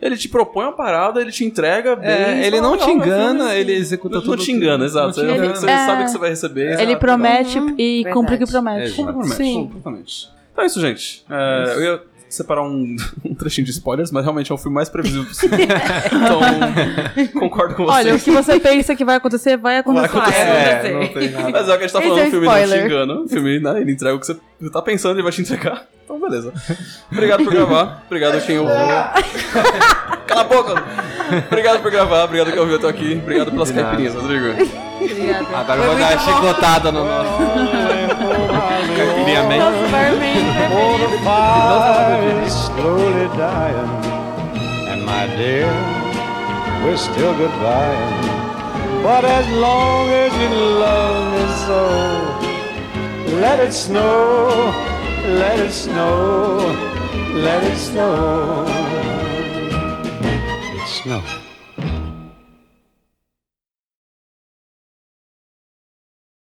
Speaker 1: Ele te propõe uma parada, ele te entrega bem.
Speaker 6: É, ele
Speaker 1: fala,
Speaker 6: não
Speaker 1: "Legal,
Speaker 6: te
Speaker 1: é um filme
Speaker 6: engana,
Speaker 1: assim."
Speaker 6: ele executa
Speaker 1: não,
Speaker 6: tudo
Speaker 1: Não te engana,
Speaker 6: que-
Speaker 1: exato.
Speaker 6: não te
Speaker 1: Você-
Speaker 6: engana.
Speaker 1: Você
Speaker 4: É.
Speaker 1: sabe que você vai receber.
Speaker 4: Ele
Speaker 1: exato,
Speaker 4: promete e cumpre o que
Speaker 1: É,
Speaker 4: promete.
Speaker 1: Exato.
Speaker 4: Sim.
Speaker 1: Completamente. Então é isso, gente. É, eu ia separar um, um trechinho de spoilers, mas realmente é o filme mais previsível possível. então, concordo com vocês.
Speaker 4: Olha, o que você pensa que vai acontecer, vai
Speaker 1: Vai
Speaker 4: acontecer.
Speaker 1: acontecer.
Speaker 6: É, não tem nada.
Speaker 1: Mas é o que a gente tá
Speaker 4: Esse
Speaker 1: falando,
Speaker 4: é
Speaker 1: o filme não te
Speaker 4: spoiler.
Speaker 1: engana. O filme, né, ele entrega o que você você tá pensando, ele vai te entregar. Então, beleza. Obrigado por gravar. Obrigado a quem ouviu. Cala a boca! Obrigado por gravar, obrigado quem ouviu até aqui. Obrigado pelas caipirinhas, Rodrigo.
Speaker 6: Agora eu vou dar a chicotada no nosso. Caipirinha man.
Speaker 9: fire is slowly dying. And my dear, we're still goodbying. But as long as you love me so, let it snow, let it snow, let it snow. It snows.